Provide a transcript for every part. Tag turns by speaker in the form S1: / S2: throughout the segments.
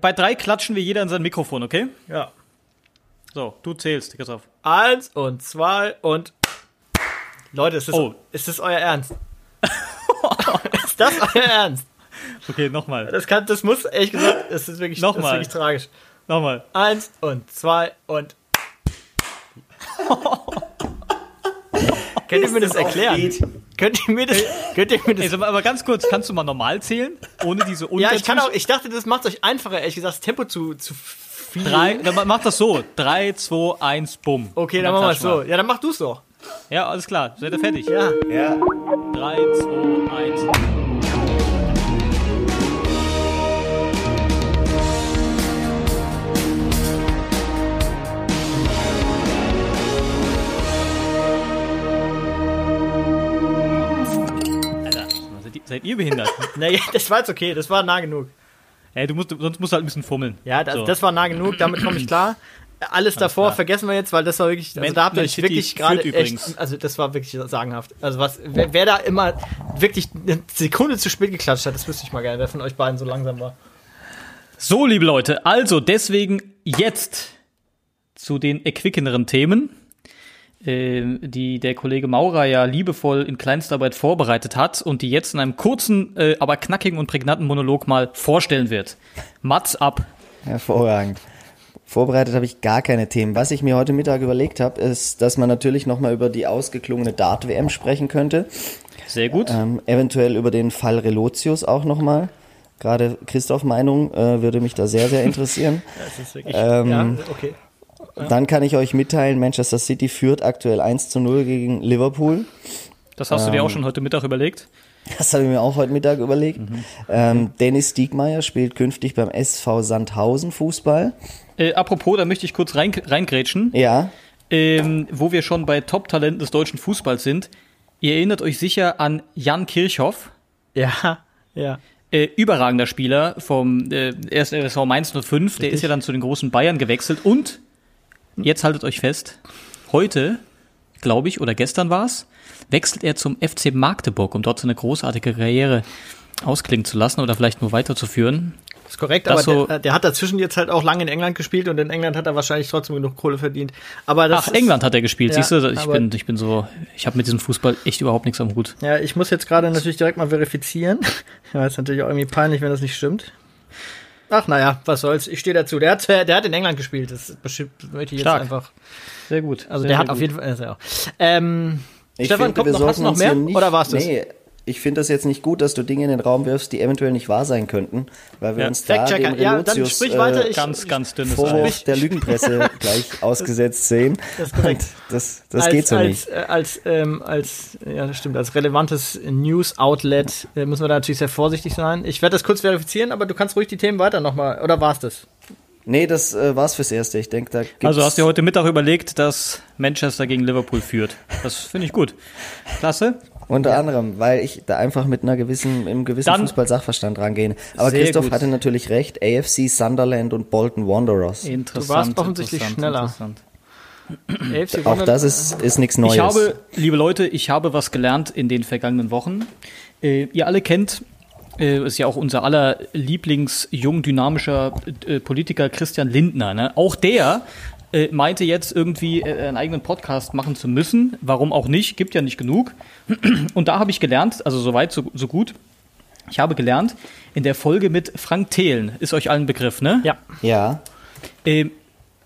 S1: Bei drei klatschen wir jeder in sein Mikrofon, okay?
S2: Ja.
S1: So, du zählst, Christoph.
S2: Eins und zwei und. Leute, ist das,
S1: Oh.
S2: ist das euer Ernst? ist das euer Ernst?
S1: Okay, nochmal.
S2: Das kann, das muss, ehrlich gesagt, das ist wirklich, Das ist
S1: Nochmal.
S2: wirklich tragisch.
S1: Nochmal.
S2: Eins und zwei und. Könnt ihr mir das erklären? Könnt ihr mir das, könnt ihr mir das
S1: Ey, sag mal, aber ganz kurz, kannst du mal normal zählen? Ohne diese
S2: Ja,
S1: Untertitel?
S2: ich kann auch, ich dachte, das macht euch einfacher, ehrlich gesagt, das Tempo zu, zu viel.
S1: Drei, dann ma- mach das so. Drei, zwei, eins, bumm.
S2: Okay,
S1: Und
S2: dann machen wir es
S1: klatschen
S2: so. Ja, dann mach du es doch.
S1: Ja, alles klar. Seid ihr fertig?
S2: Ja.
S3: Ja.
S1: Drei, zwei, eins. Alter, seid ihr- Seid ihr behindert?
S2: Naja, das war jetzt okay, das war nah genug.
S1: Ey, du musst, sonst musst du halt ein bisschen fummeln.
S2: Ja, das,
S1: So.
S2: das war nah genug, damit komme ich klar. Alles davor
S1: klar.
S2: vergessen wir jetzt, weil das war wirklich, also da habt ihr
S1: Manchester City
S2: mich wirklich
S1: führt
S2: gerade
S1: übrigens.
S2: echt, also das war wirklich sagenhaft. Also was, wer, wer da immer wirklich eine Sekunde zu spät geklatscht hat, das wüsste ich mal gerne, wer von euch beiden so langsam war.
S1: So, liebe Leute, also deswegen jetzt zu den erquickenderen Themen, ähm, die der Kollege Maurer ja liebevoll in Kleinstarbeit vorbereitet hat und die jetzt in einem kurzen, äh, aber knackigen und prägnanten Monolog mal vorstellen wird. Mats ab.
S3: Hervorragend. Vorbereitet habe ich gar keine Themen. Was ich mir heute Mittag überlegt habe, ist, dass man natürlich nochmal über die ausgeklungene Dart-WM sprechen könnte.
S1: Sehr gut.
S3: Ähm, eventuell über den Fall Relotius auch nochmal. Gerade Christoph Meinung äh, würde mich da sehr, sehr interessieren.
S2: Das ist wirklich,
S3: Ähm,
S2: ja, okay.
S3: Dann kann ich euch mitteilen, Manchester City führt aktuell 1 zu 0 gegen Liverpool.
S1: Das hast du dir auch schon heute Mittag überlegt.
S3: Das habe ich mir auch heute Mittag überlegt.
S2: Mhm.
S3: Ähm, Dennis Diekmeyer spielt künftig beim SV Sandhausen Fußball.
S1: Äh, apropos, da möchte ich kurz rein, reingrätschen.
S3: Ja,
S1: ähm, wo wir schon bei Top-Talenten des deutschen Fußballs sind. Ihr erinnert euch sicher an Jan Kirchhoff,
S2: Ja, ja.
S1: äh, überragender Spieler vom äh, ersten RSV Mainz 05. Der ist ja dann zu den großen Bayern gewechselt und jetzt haltet euch fest, heute, glaube ich, oder gestern war's, wechselt er zum FC Magdeburg, um dort seine großartige Karriere ausklingen zu lassen oder vielleicht nur weiterzuführen.
S2: Ist korrekt,
S1: Das
S2: aber
S1: so-
S2: der, der hat dazwischen jetzt halt auch lange in England gespielt und in England hat er wahrscheinlich trotzdem genug Kohle verdient. Aber das
S1: Ach,
S2: ist-
S1: England hat er gespielt,
S2: Ja,
S1: siehst du? Ich
S2: aber-
S1: bin, ich bin so, ich habe mit diesem Fußball echt überhaupt nichts am Hut.
S2: Ja, ich muss jetzt gerade natürlich direkt mal verifizieren. Ja, ist natürlich auch irgendwie peinlich, wenn das nicht stimmt. Ach naja, was soll's, ich stehe dazu. Der hat, der hat in England gespielt, das ist bestimmt, möchte ich jetzt
S1: Stark.
S2: einfach.
S1: Sehr gut.
S2: Also der hat auf jeden Fall. Also, ja. ähm,
S3: Ich
S2: Stefan,
S3: finde,
S2: kommt
S3: wir
S2: noch, hast du
S3: sollten
S2: noch
S3: uns
S2: mehr?
S3: hier nicht-
S2: Oder war's das?
S3: Nee, ich finde das jetzt nicht gut, dass du Dinge in den Raum wirfst, die eventuell nicht wahr sein könnten, weil wir
S1: Ja.
S3: uns da dem
S2: Fact-Checker, ja, dann
S3: Relotius,
S2: sprich weiter.
S3: äh,
S2: Ich,
S1: Ganz, ganz dünnes
S3: Vorwurf
S1: Eis.
S3: der Lügenpresse gleich ausgesetzt sehen.
S2: ist korrekt.
S3: Und Das, das
S2: als,
S3: geht so
S2: als,
S3: nicht.
S2: äh, Als, ähm, als, ja, das stimmt, als relevantes News-Outlet äh, müssen wir da natürlich sehr vorsichtig sein. Ich werde das kurz verifizieren, aber du kannst ruhig die Themen weiter nochmal. Oder war's das?
S3: Nee, das äh, war's fürs Erste. Ich denke, da gibt's
S1: Also hast du dir heute Mittag überlegt, dass Manchester gegen Liverpool führt. Das finde ich gut. Klasse.
S3: unter anderem, weil ich da einfach mit einer gewissen, im gewissen
S1: Dann-
S3: Fußball-Sachverstand rangehe. Aber
S1: Sehr
S3: Christoph
S1: gut.
S3: hatte natürlich recht. AFC, Sunderland und Bolton Wanderers.
S1: Interessant.
S2: offensichtlich
S1: interessant,
S2: schneller.
S1: Interessant.
S2: Elf
S3: Auch
S2: Sekunden.
S3: das ist, ist nichts Neues.
S1: Ich habe, liebe Leute, ich habe was gelernt in den vergangenen Wochen. Äh, ihr alle kennt, äh, ist ja auch unser aller Lieblingsjung dynamischer äh, Politiker Christian Lindner. Ne? Auch der äh, meinte jetzt irgendwie äh, einen eigenen Podcast machen zu müssen. Warum auch nicht? Gibt ja nicht genug. Und da habe ich gelernt, also soweit so, so gut. Ich habe gelernt in der Folge mit Frank Thelen. Ist euch allen Begriff, ne?
S2: Ja.
S3: ja,
S1: Ähm,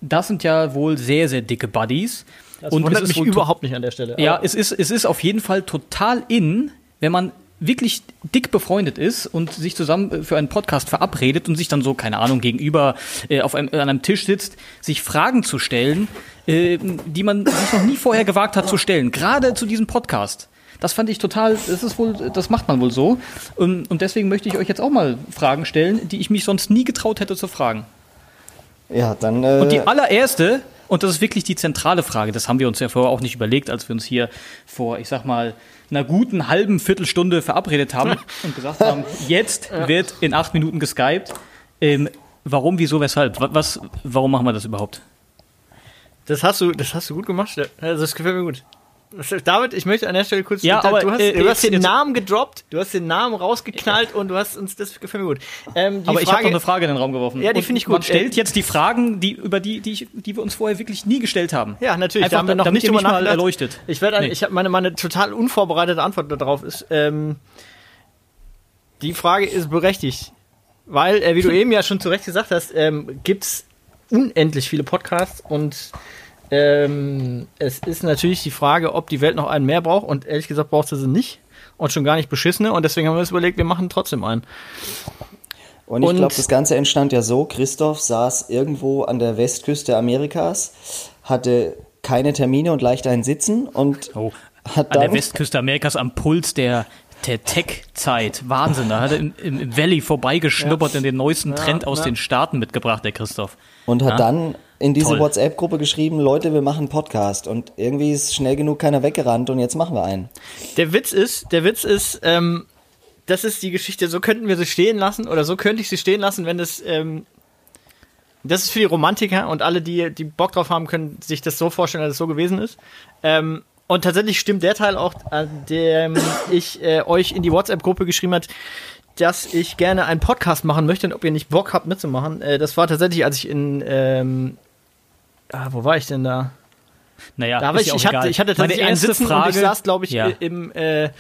S1: das sind ja wohl sehr, sehr dicke Buddies.
S2: Das und Also
S1: es
S2: wundert
S1: ist
S2: mich
S1: wohl to-
S2: überhaupt nicht an der Stelle.
S1: ja, es ist, es ist auf jeden Fall total in, wenn man wirklich dick befreundet ist und sich zusammen äh, für einen Podcast verabredet und sich dann so, keine Ahnung, gegenüber äh, auf einem, an einem Tisch sitzt, sich Fragen zu stellen, äh, die man sich noch nie vorher gewagt hat zu stellen. Gerade zu diesem Podcast. Das fand ich total, das ist wohl, das macht man wohl so. Und, und deswegen möchte ich euch jetzt auch mal Fragen stellen, die ich mich sonst nie getraut hätte zu fragen.
S3: ja, dann. Äh,
S1: Und die allererste, und das ist wirklich die zentrale Frage, das haben wir uns ja vorher auch nicht überlegt, als wir uns hier vor, ich sag mal, einer guten halben Viertelstunde verabredet haben und gesagt haben, jetzt wird in acht Minuten geskypt. Ähm, warum, wieso, weshalb? Wa- Was, warum machen wir das überhaupt?
S2: Das hast du, das hast du gut gemacht. Ste- Also das gefällt mir gut. David, ich möchte an der Stelle kurz.
S1: Ja,
S2: du,
S1: aber,
S2: du hast,
S1: äh,
S2: du hast
S1: jetzt-
S2: den Namen gedropped, du hast den Namen rausgeknallt und du hast uns das gefällt mir gut. Ähm, die
S1: Aber ich habe
S2: Frage-
S1: noch eine Frage in den Raum geworfen.
S2: Ja, die
S1: Und
S2: finde ich gut.
S1: Man stellt
S2: Äh,
S1: jetzt die Fragen, die, über die, die, ich, die wir uns vorher wirklich nie gestellt haben.
S2: Ja, natürlich.
S1: Einfach, da- damit ihr mich mal erleuchtet.
S2: Ich werde,
S1: Nee.
S2: ich habe meine, meine total unvorbereitete Antwort darauf ist. Ähm, die Frage ist berechtigt, weil, äh, wie du eben ja schon zu Recht gesagt hast, ähm, gibt's unendlich viele Podcasts und ähm, es ist natürlich die Frage, ob die Welt noch einen mehr braucht und ehrlich gesagt braucht sie sie nicht und schon gar nicht beschissene und deswegen haben wir uns überlegt, wir machen trotzdem einen.
S3: Und ich
S2: Und-
S3: glaube, das Ganze entstand ja so, Christoph saß irgendwo an der Westküste Amerikas, hatte keine Termine und leicht einen Sitzen und
S1: Oh,
S3: hat
S1: an der
S3: dann...
S1: Westküste Amerikas am Puls der der Tech-Zeit. Wahnsinn. Da hat er im, im im Valley vorbeigeschnuppert und den neuesten Trend aus den Staaten mitgebracht, der Christoph.
S3: Und hat
S1: Ja.
S3: dann in diese
S1: Toll.
S3: WhatsApp-Gruppe geschrieben, Leute, wir machen einen Podcast. Und irgendwie ist schnell genug keiner weggerannt und jetzt machen wir einen.
S2: Der Witz ist, der Witz ist, ähm, das ist die Geschichte, so könnten wir sie stehen lassen oder so könnte ich sie stehen lassen, wenn das, ähm, das ist für die Romantiker und alle, die, die Bock drauf haben, können sich das so vorstellen, dass es so gewesen ist. Ähm, und tatsächlich stimmt der Teil auch, an dem ich äh, euch in die WhatsApp-Gruppe geschrieben hat, dass ich gerne einen Podcast machen möchte und ob ihr nicht Bock habt mitzumachen. Äh, das war tatsächlich, als ich in, ähm, ah, wo war ich denn da?
S1: Naja,
S2: Da war
S1: ist
S2: ich,
S1: ja auch
S2: ich, hatte,
S1: egal.
S2: ich hatte
S1: Meine
S2: tatsächlich einen
S1: erste
S2: Sitzen
S1: Frage,
S2: und ich saß, glaube ich,
S1: ja,
S2: äh, im äh,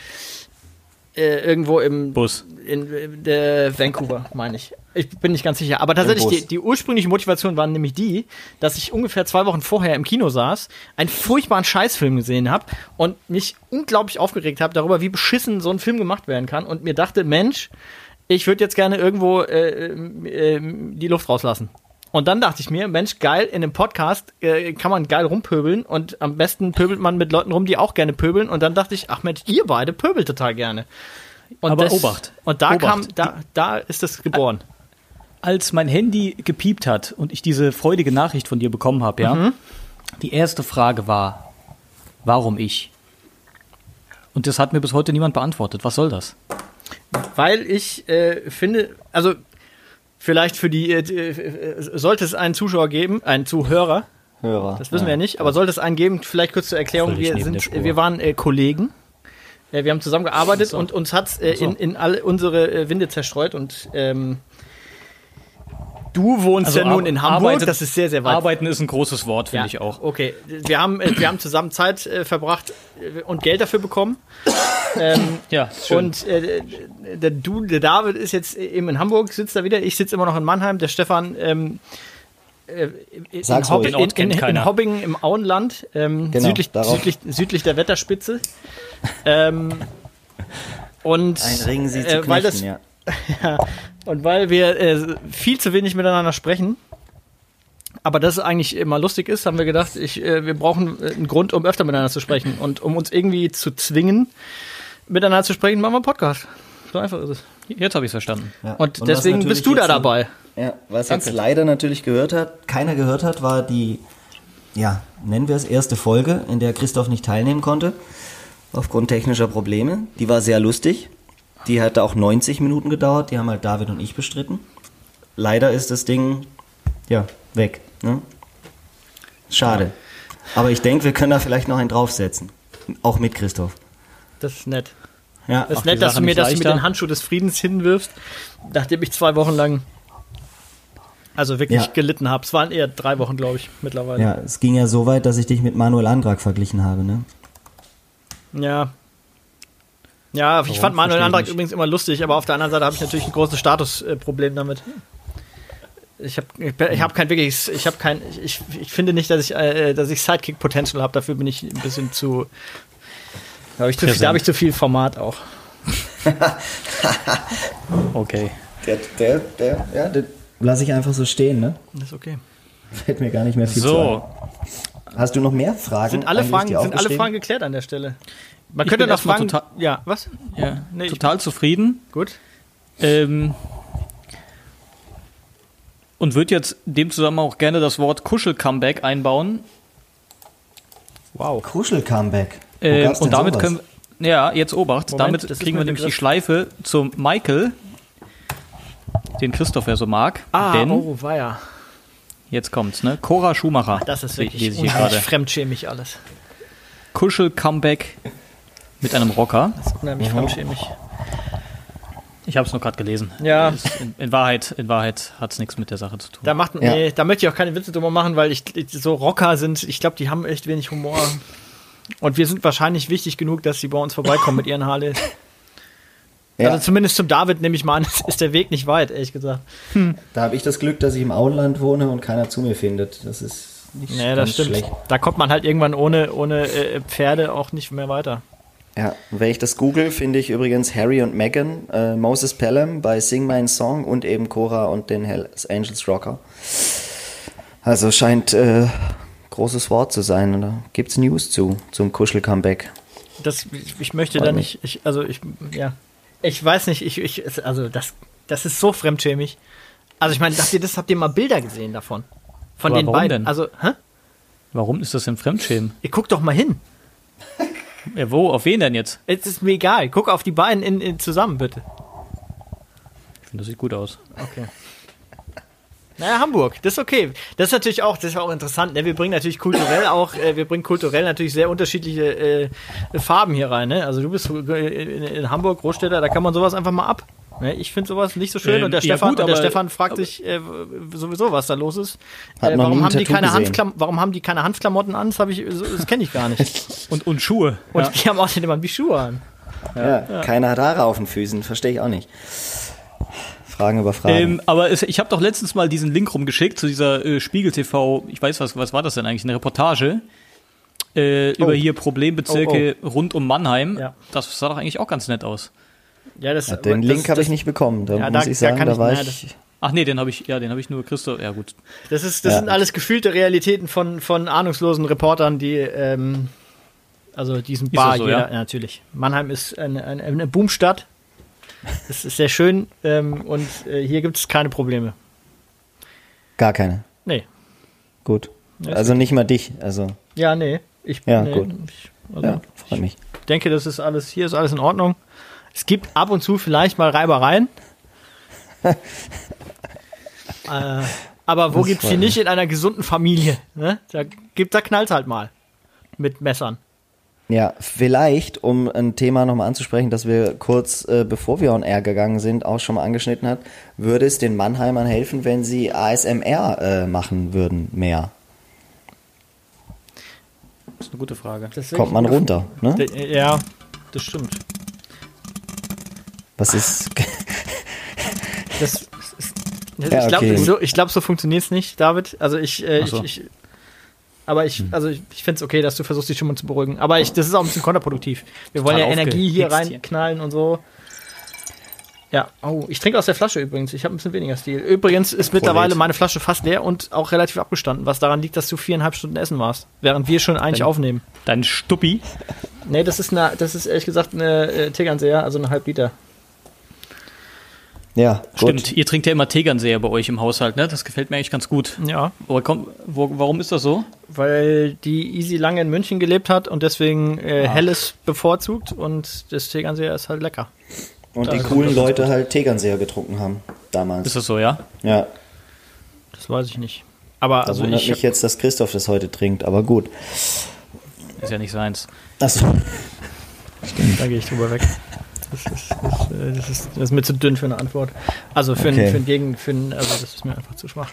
S2: äh, irgendwo im
S1: Bus.
S2: in, in der Vancouver, meine ich. Ich bin nicht ganz sicher. Aber tatsächlich,
S3: Im Bus.
S2: die, die ursprüngliche Motivation war nämlich die, dass ich ungefähr zwei Wochen vorher im Kino saß, einen furchtbaren Scheißfilm gesehen habe und mich unglaublich aufgeregt habe darüber, wie beschissen so ein Film gemacht werden kann und mir dachte, Mensch, ich würde jetzt gerne irgendwo äh, ähm, ähm, die Luft rauslassen. Und dann dachte ich mir, Mensch, geil, in einem Podcast äh, kann man geil rumpöbeln und am besten pöbelt man mit Leuten rum, die auch gerne pöbeln. Und dann dachte ich, ach Mensch, ihr beide pöbelt total gerne. Und
S1: Aber Obacht.
S2: Und da
S1: Obacht.
S2: kam, da, da ist das geboren.
S1: Als mein Handy gepiept hat und ich diese freudige Nachricht von dir bekommen habe, ja, Mhm. die erste Frage war, warum ich? Und das hat mir bis heute niemand beantwortet. Was soll das?
S2: Weil ich äh, finde, also vielleicht für die, äh, äh, sollte es einen Zuschauer geben, einen Zuhörer,
S3: Hörer.
S2: Das wissen wir ja nicht, aber sollte es einen geben, vielleicht kurz zur Erklärung,
S1: Völlig
S2: wir,
S1: neben der
S2: sind,
S1: Spur.
S2: wir waren äh, Kollegen, äh, wir haben zusammengearbeitet und uns hat äh, in, in alle unsere äh, Winde zerstreut und ähm, du wohnst ja nun
S1: ar-
S2: in Hamburg,
S1: arbeitet-
S2: das ist sehr, sehr weit.
S1: Arbeiten ist ein großes Wort, finde
S2: ja.
S1: ich auch.
S2: Okay, wir haben, äh, wir haben zusammen Zeit äh, verbracht äh, und Geld dafür bekommen. ähm,
S1: Ja,
S2: und äh, der, du, der David ist jetzt eben in Hamburg, sitzt da wieder. Ich sitze immer noch in Mannheim. Der Stefan ähm, äh, in,
S3: Sag's
S2: Hob-
S3: ruhig.
S1: Den Ort
S2: in, in,
S1: kennt keiner.
S2: in Hobbingen im Auenland, ähm,
S3: Genau,
S2: südlich,
S3: darauf.
S2: südlich, südlich der Wetterspitze. ähm, und,
S3: Ein Ring, sie zu
S2: äh, weil das,
S3: knechten, ja.
S2: und weil wir äh, viel zu wenig miteinander sprechen, aber das eigentlich immer lustig ist, haben wir gedacht, ich, äh, wir brauchen äh, einen Grund, um öfter miteinander zu sprechen. Und um uns irgendwie zu zwingen, miteinander zu sprechen, machen wir einen Podcast. So einfach ist es.
S1: Jetzt habe ich es verstanden.
S3: Ja.
S2: Und,
S3: was
S2: deswegen bist
S3: natürlich
S2: du da
S3: jetzt-
S2: dabei.
S3: Ja, was jetzt leider natürlich gehört hat, keiner gehört hat, war die, ja, nennen wir es erste Folge, in der Christoph nicht teilnehmen konnte, aufgrund technischer Probleme. Die war sehr lustig. Die hat auch 90 Minuten gedauert, die haben halt David und ich bestritten. Leider ist das Ding, ja, weg. Ne? Schade. Aber ich denke, wir können da vielleicht noch einen draufsetzen. Auch mit Christoph.
S2: Das ist nett.
S3: Ja,
S2: Das ist
S1: die
S2: nett, dass
S1: Sache
S2: du mir
S1: nicht
S2: dass du mit
S1: leichter.
S2: den Handschuh des Friedens hinwirfst, nachdem ich zwei Wochen lang also wirklich
S3: Ja.
S2: gelitten habe. Es waren eher drei Wochen, glaube ich, mittlerweile.
S3: ja, es ging ja so weit, dass ich dich mit Manuel Andrag verglichen habe, ne?
S2: Ja. Ja, ich fand Manuel
S1: Verstehe ich
S2: Antrag
S1: nicht.
S2: übrigens immer lustig, aber auf der anderen Seite habe ich natürlich ein großes Statusproblem damit. Ich habe ich hab kein wirkliches, ich habe kein, ich, ich finde nicht, dass ich, äh, dass ich Sidekick-Potential habe. Dafür bin ich ein bisschen zu, da habe ich, zu viel- da hab ich zu viel Format auch.
S1: Okay.
S3: Der, der, der, ja, den lasse ich einfach so stehen, ne?
S2: Das ist okay.
S3: Fällt mir gar nicht mehr viel zu.
S1: So,
S3: ein. Hast du noch mehr Fragen?
S2: Sind alle
S3: eigentlich
S2: Fragen,
S3: dir
S2: sind alle
S3: aufgeschrieben?
S2: Fragen geklärt an der Stelle? Man
S1: Ich
S2: könnte
S1: bin
S2: noch
S1: erstmal
S2: Fragen.
S1: total-
S2: ja, was?
S1: ja,
S2: Nee, ich-
S1: total zufrieden.
S2: Gut.
S1: Ähm, und würde jetzt in dem Zusammenhang auch gerne das Wort Kuschel-Comeback einbauen.
S2: Wow.
S3: Kuschel-Comeback. Wo
S1: Ähm,
S3: gab's denn
S1: und damit
S3: sowas?
S1: können wir, ja, jetzt Obacht,
S2: Moment, das
S1: damit
S2: ist
S1: kriegen wir
S2: mein
S1: nämlich die
S2: Begriff.
S1: Schleife zum Michael, den Christoph ja so mag.
S2: Ah,
S1: denn
S2: oh, weia.
S1: jetzt kommt's, ne? Cora Schumacher.
S2: Das ist
S1: le-
S2: wirklich
S1: lese ich hier
S2: unheimlich
S1: gerade.
S2: fremdschämig alles.
S1: Kuschel-Comeback mit einem Rocker.
S2: Das ist unheimlich fremdschämig.
S1: Ich habe es nur gerade gelesen.
S2: Ja.
S1: Es- In, in Wahrheit, in Wahrheit hat es nichts mit der Sache zu tun.
S2: Da macht,
S3: Ja.
S2: nee, da möchte ich auch keine Witze drüber machen, weil ich, ich so Rocker sind. Ich glaube, die haben echt wenig Humor. Und wir sind wahrscheinlich wichtig genug, dass sie bei uns vorbeikommen mit ihren Harleys.
S3: Ja,
S2: Also zumindest zum David nehme ich mal an, ist der Weg nicht weit, ehrlich gesagt.
S3: da habe ich das Glück, dass ich im Auenland wohne und keiner zu mir findet. Das ist nicht
S2: Nee, das
S3: ganz
S2: stimmt.
S3: schlecht.
S2: Da kommt man halt irgendwann ohne, ohne äh, Pferde auch nicht mehr weiter.
S3: Ja, und wenn ich das google, finde ich übrigens Harry und Meghan, äh, Moses Pelham bei Sing My Song und eben Cora und den Hells Angels Rocker. Also scheint äh, großes Wort zu sein. Und da gibt's News zu, zum Kuschel-Comeback.
S2: Das, ich, ich möchte
S3: Freut
S2: da
S3: mich.
S2: nicht, ich, also ich, ja. Ich weiß nicht, ich, ich, es- also das, das ist so fremdschämig. Also ich meine, habt ihr das, habt ihr mal Bilder gesehen davon? Von
S1: Aber
S2: den
S1: warum
S2: beiden.
S1: denn?
S2: Also, hä?
S1: Warum ist das denn Fremdschämen?
S2: Ihr guckt doch mal hin.
S1: Ja, wo? Auf wen denn jetzt?
S2: Es ist mir egal. Guck auf die beiden in, in zusammen, bitte.
S1: Ich finde, das sieht gut aus.
S2: Okay. Naja, Hamburg, das ist okay. Das ist natürlich auch, das ist auch interessant. Ne? Wir bringen natürlich kulturell auch, äh, wir bringen kulturell natürlich sehr unterschiedliche äh, Farben hier rein. Ne? Also du bist äh, in, in Hamburg, Großstädter, da kann man sowas einfach mal ab. Ne? Ich finde sowas nicht so schön.
S1: Ähm,
S2: und der
S1: ja
S2: Stefan,
S1: gut,
S2: und der
S1: aber-
S2: Stefan fragt sich äh, sowieso, was da los ist.
S3: Hat
S2: Äh,
S3: noch nie
S2: warum,
S3: ein
S2: haben die
S3: Tattoo
S2: keine
S3: gesehen.
S2: Hanfklam warum haben die keine Hanfklamotten an? Das, hab ich, so, das kenne ich gar nicht.
S1: Und, und Schuhe.
S2: Und
S1: ja.
S2: die haben außerdem immer die Schuhe an.
S3: Ja, Keiner hat Haare auf den Füßen, verstehe ich auch nicht. Fragen über Fragen.
S1: ähm, aber es, ich habe doch letztens mal diesen Link rumgeschickt zu dieser äh, Spiegel TV, ich weiß was, was war das denn eigentlich, eine Reportage äh, über hier Problembezirke rund um Mannheim.
S2: Ja.
S1: Das sah doch eigentlich auch ganz nett aus.
S2: Ja, das,
S3: den
S2: das-
S3: Link habe
S2: das-
S3: ich nicht bekommen, da
S2: Ja, da-
S3: muss ich
S2: da
S3: sagen,
S2: kann
S3: da
S2: ich-
S3: war
S2: na,
S3: ich...
S1: Ach nee, den habe ich, ja, den habe ich nur Christoph. Ja gut.
S2: Das, ist, das
S3: Ja.
S2: sind alles gefühlte Realitäten von, von ahnungslosen Reportern, die ähm, also diesen
S1: Ist
S2: Bar
S1: das so,
S2: jeder,
S1: ja?
S2: natürlich. Mannheim ist eine, eine, eine Boomstadt. Es ist sehr schön ähm, und äh, hier gibt es keine Probleme.
S3: Gar keine.
S2: Nee.
S3: Gut.
S2: Ja, ist
S3: Also nicht mal dich, also
S2: Ja, nee. Ich,
S3: Ja,
S2: nee,
S3: gut.
S2: Ich, also,
S3: ja, freut mich.
S2: ich denke, das ist alles, hier ist alles in Ordnung. Es gibt ab und zu vielleicht mal Reibereien. äh, aber wo
S3: Das
S2: gibt es
S3: freut
S2: die
S3: mich.
S2: nicht in einer gesunden Familie? Ne? Da, gibt- da knallt halt mal. Mit Messern.
S3: Ja, vielleicht, um ein Thema nochmal anzusprechen, das wir kurz, äh, bevor wir on air gegangen sind, auch schon mal angeschnitten hat, würde es den Mannheimern helfen, wenn sie ASMR äh, machen würden mehr.
S1: Das ist eine gute Frage.
S2: Deswegen-
S3: Kommt man runter, ne?
S2: D- äh, Ja, das stimmt.
S3: Was ist...
S2: Das ist, das
S3: Ja,
S2: ich glaube,
S3: okay.
S2: so, ich glaub, so funktioniert es nicht, David. Also ich, äh,
S1: Ach so.
S2: ich, ich aber ich, also ich, ich finde es okay, dass du versuchst, die Stimmung zu beruhigen. Aber ich, das ist auch ein bisschen kontraproduktiv. Wir wollen ja
S1: Total
S2: Energie hier
S1: aufgehetzt hier.
S2: reinknallen und so. Ja, oh, ich trinke aus der Flasche übrigens. Ich habe ein bisschen weniger Stil. Übrigens ist mittlerweile meine Flasche fast leer und auch relativ abgestanden, was daran liegt, dass du viereinhalb Stunden essen warst, während wir schon eigentlich
S1: Dann-
S2: aufnehmen.
S1: Dein Stuppi.
S2: Nee, das ist eine, das ist ehrlich gesagt eine äh, Tegernseher, also eine halb Liter.
S3: Ja, gut.
S1: Stimmt, ihr trinkt ja immer Tegernseher bei euch im Haushalt, ne? Das gefällt mir eigentlich ganz gut.
S2: Ja,
S1: Aber komm, wo, warum ist das so?
S2: weil die Easy lange in München gelebt hat und deswegen äh, Helles bevorzugt und das Tegernseher ist halt lecker.
S3: Und die
S2: Da kommt
S3: coolen
S2: Also das
S3: Leute halt Tegernseher getrunken haben
S1: Ist
S3: damals.
S1: das so, ja?
S3: Ja,
S2: Das weiß ich nicht. Aber
S3: da
S2: also
S3: wundert
S2: ich,
S3: mich jetzt, dass Christoph das heute trinkt, aber gut.
S1: Ist ja nicht seins.
S3: Achso,
S2: da gehe ich drüber weg. Das ist, das, äh, das, ist, das ist mir zu dünn für eine Antwort. Also für
S3: Okay.
S2: ein, für ein Gegen, für ein, also das ist mir einfach zu schwach.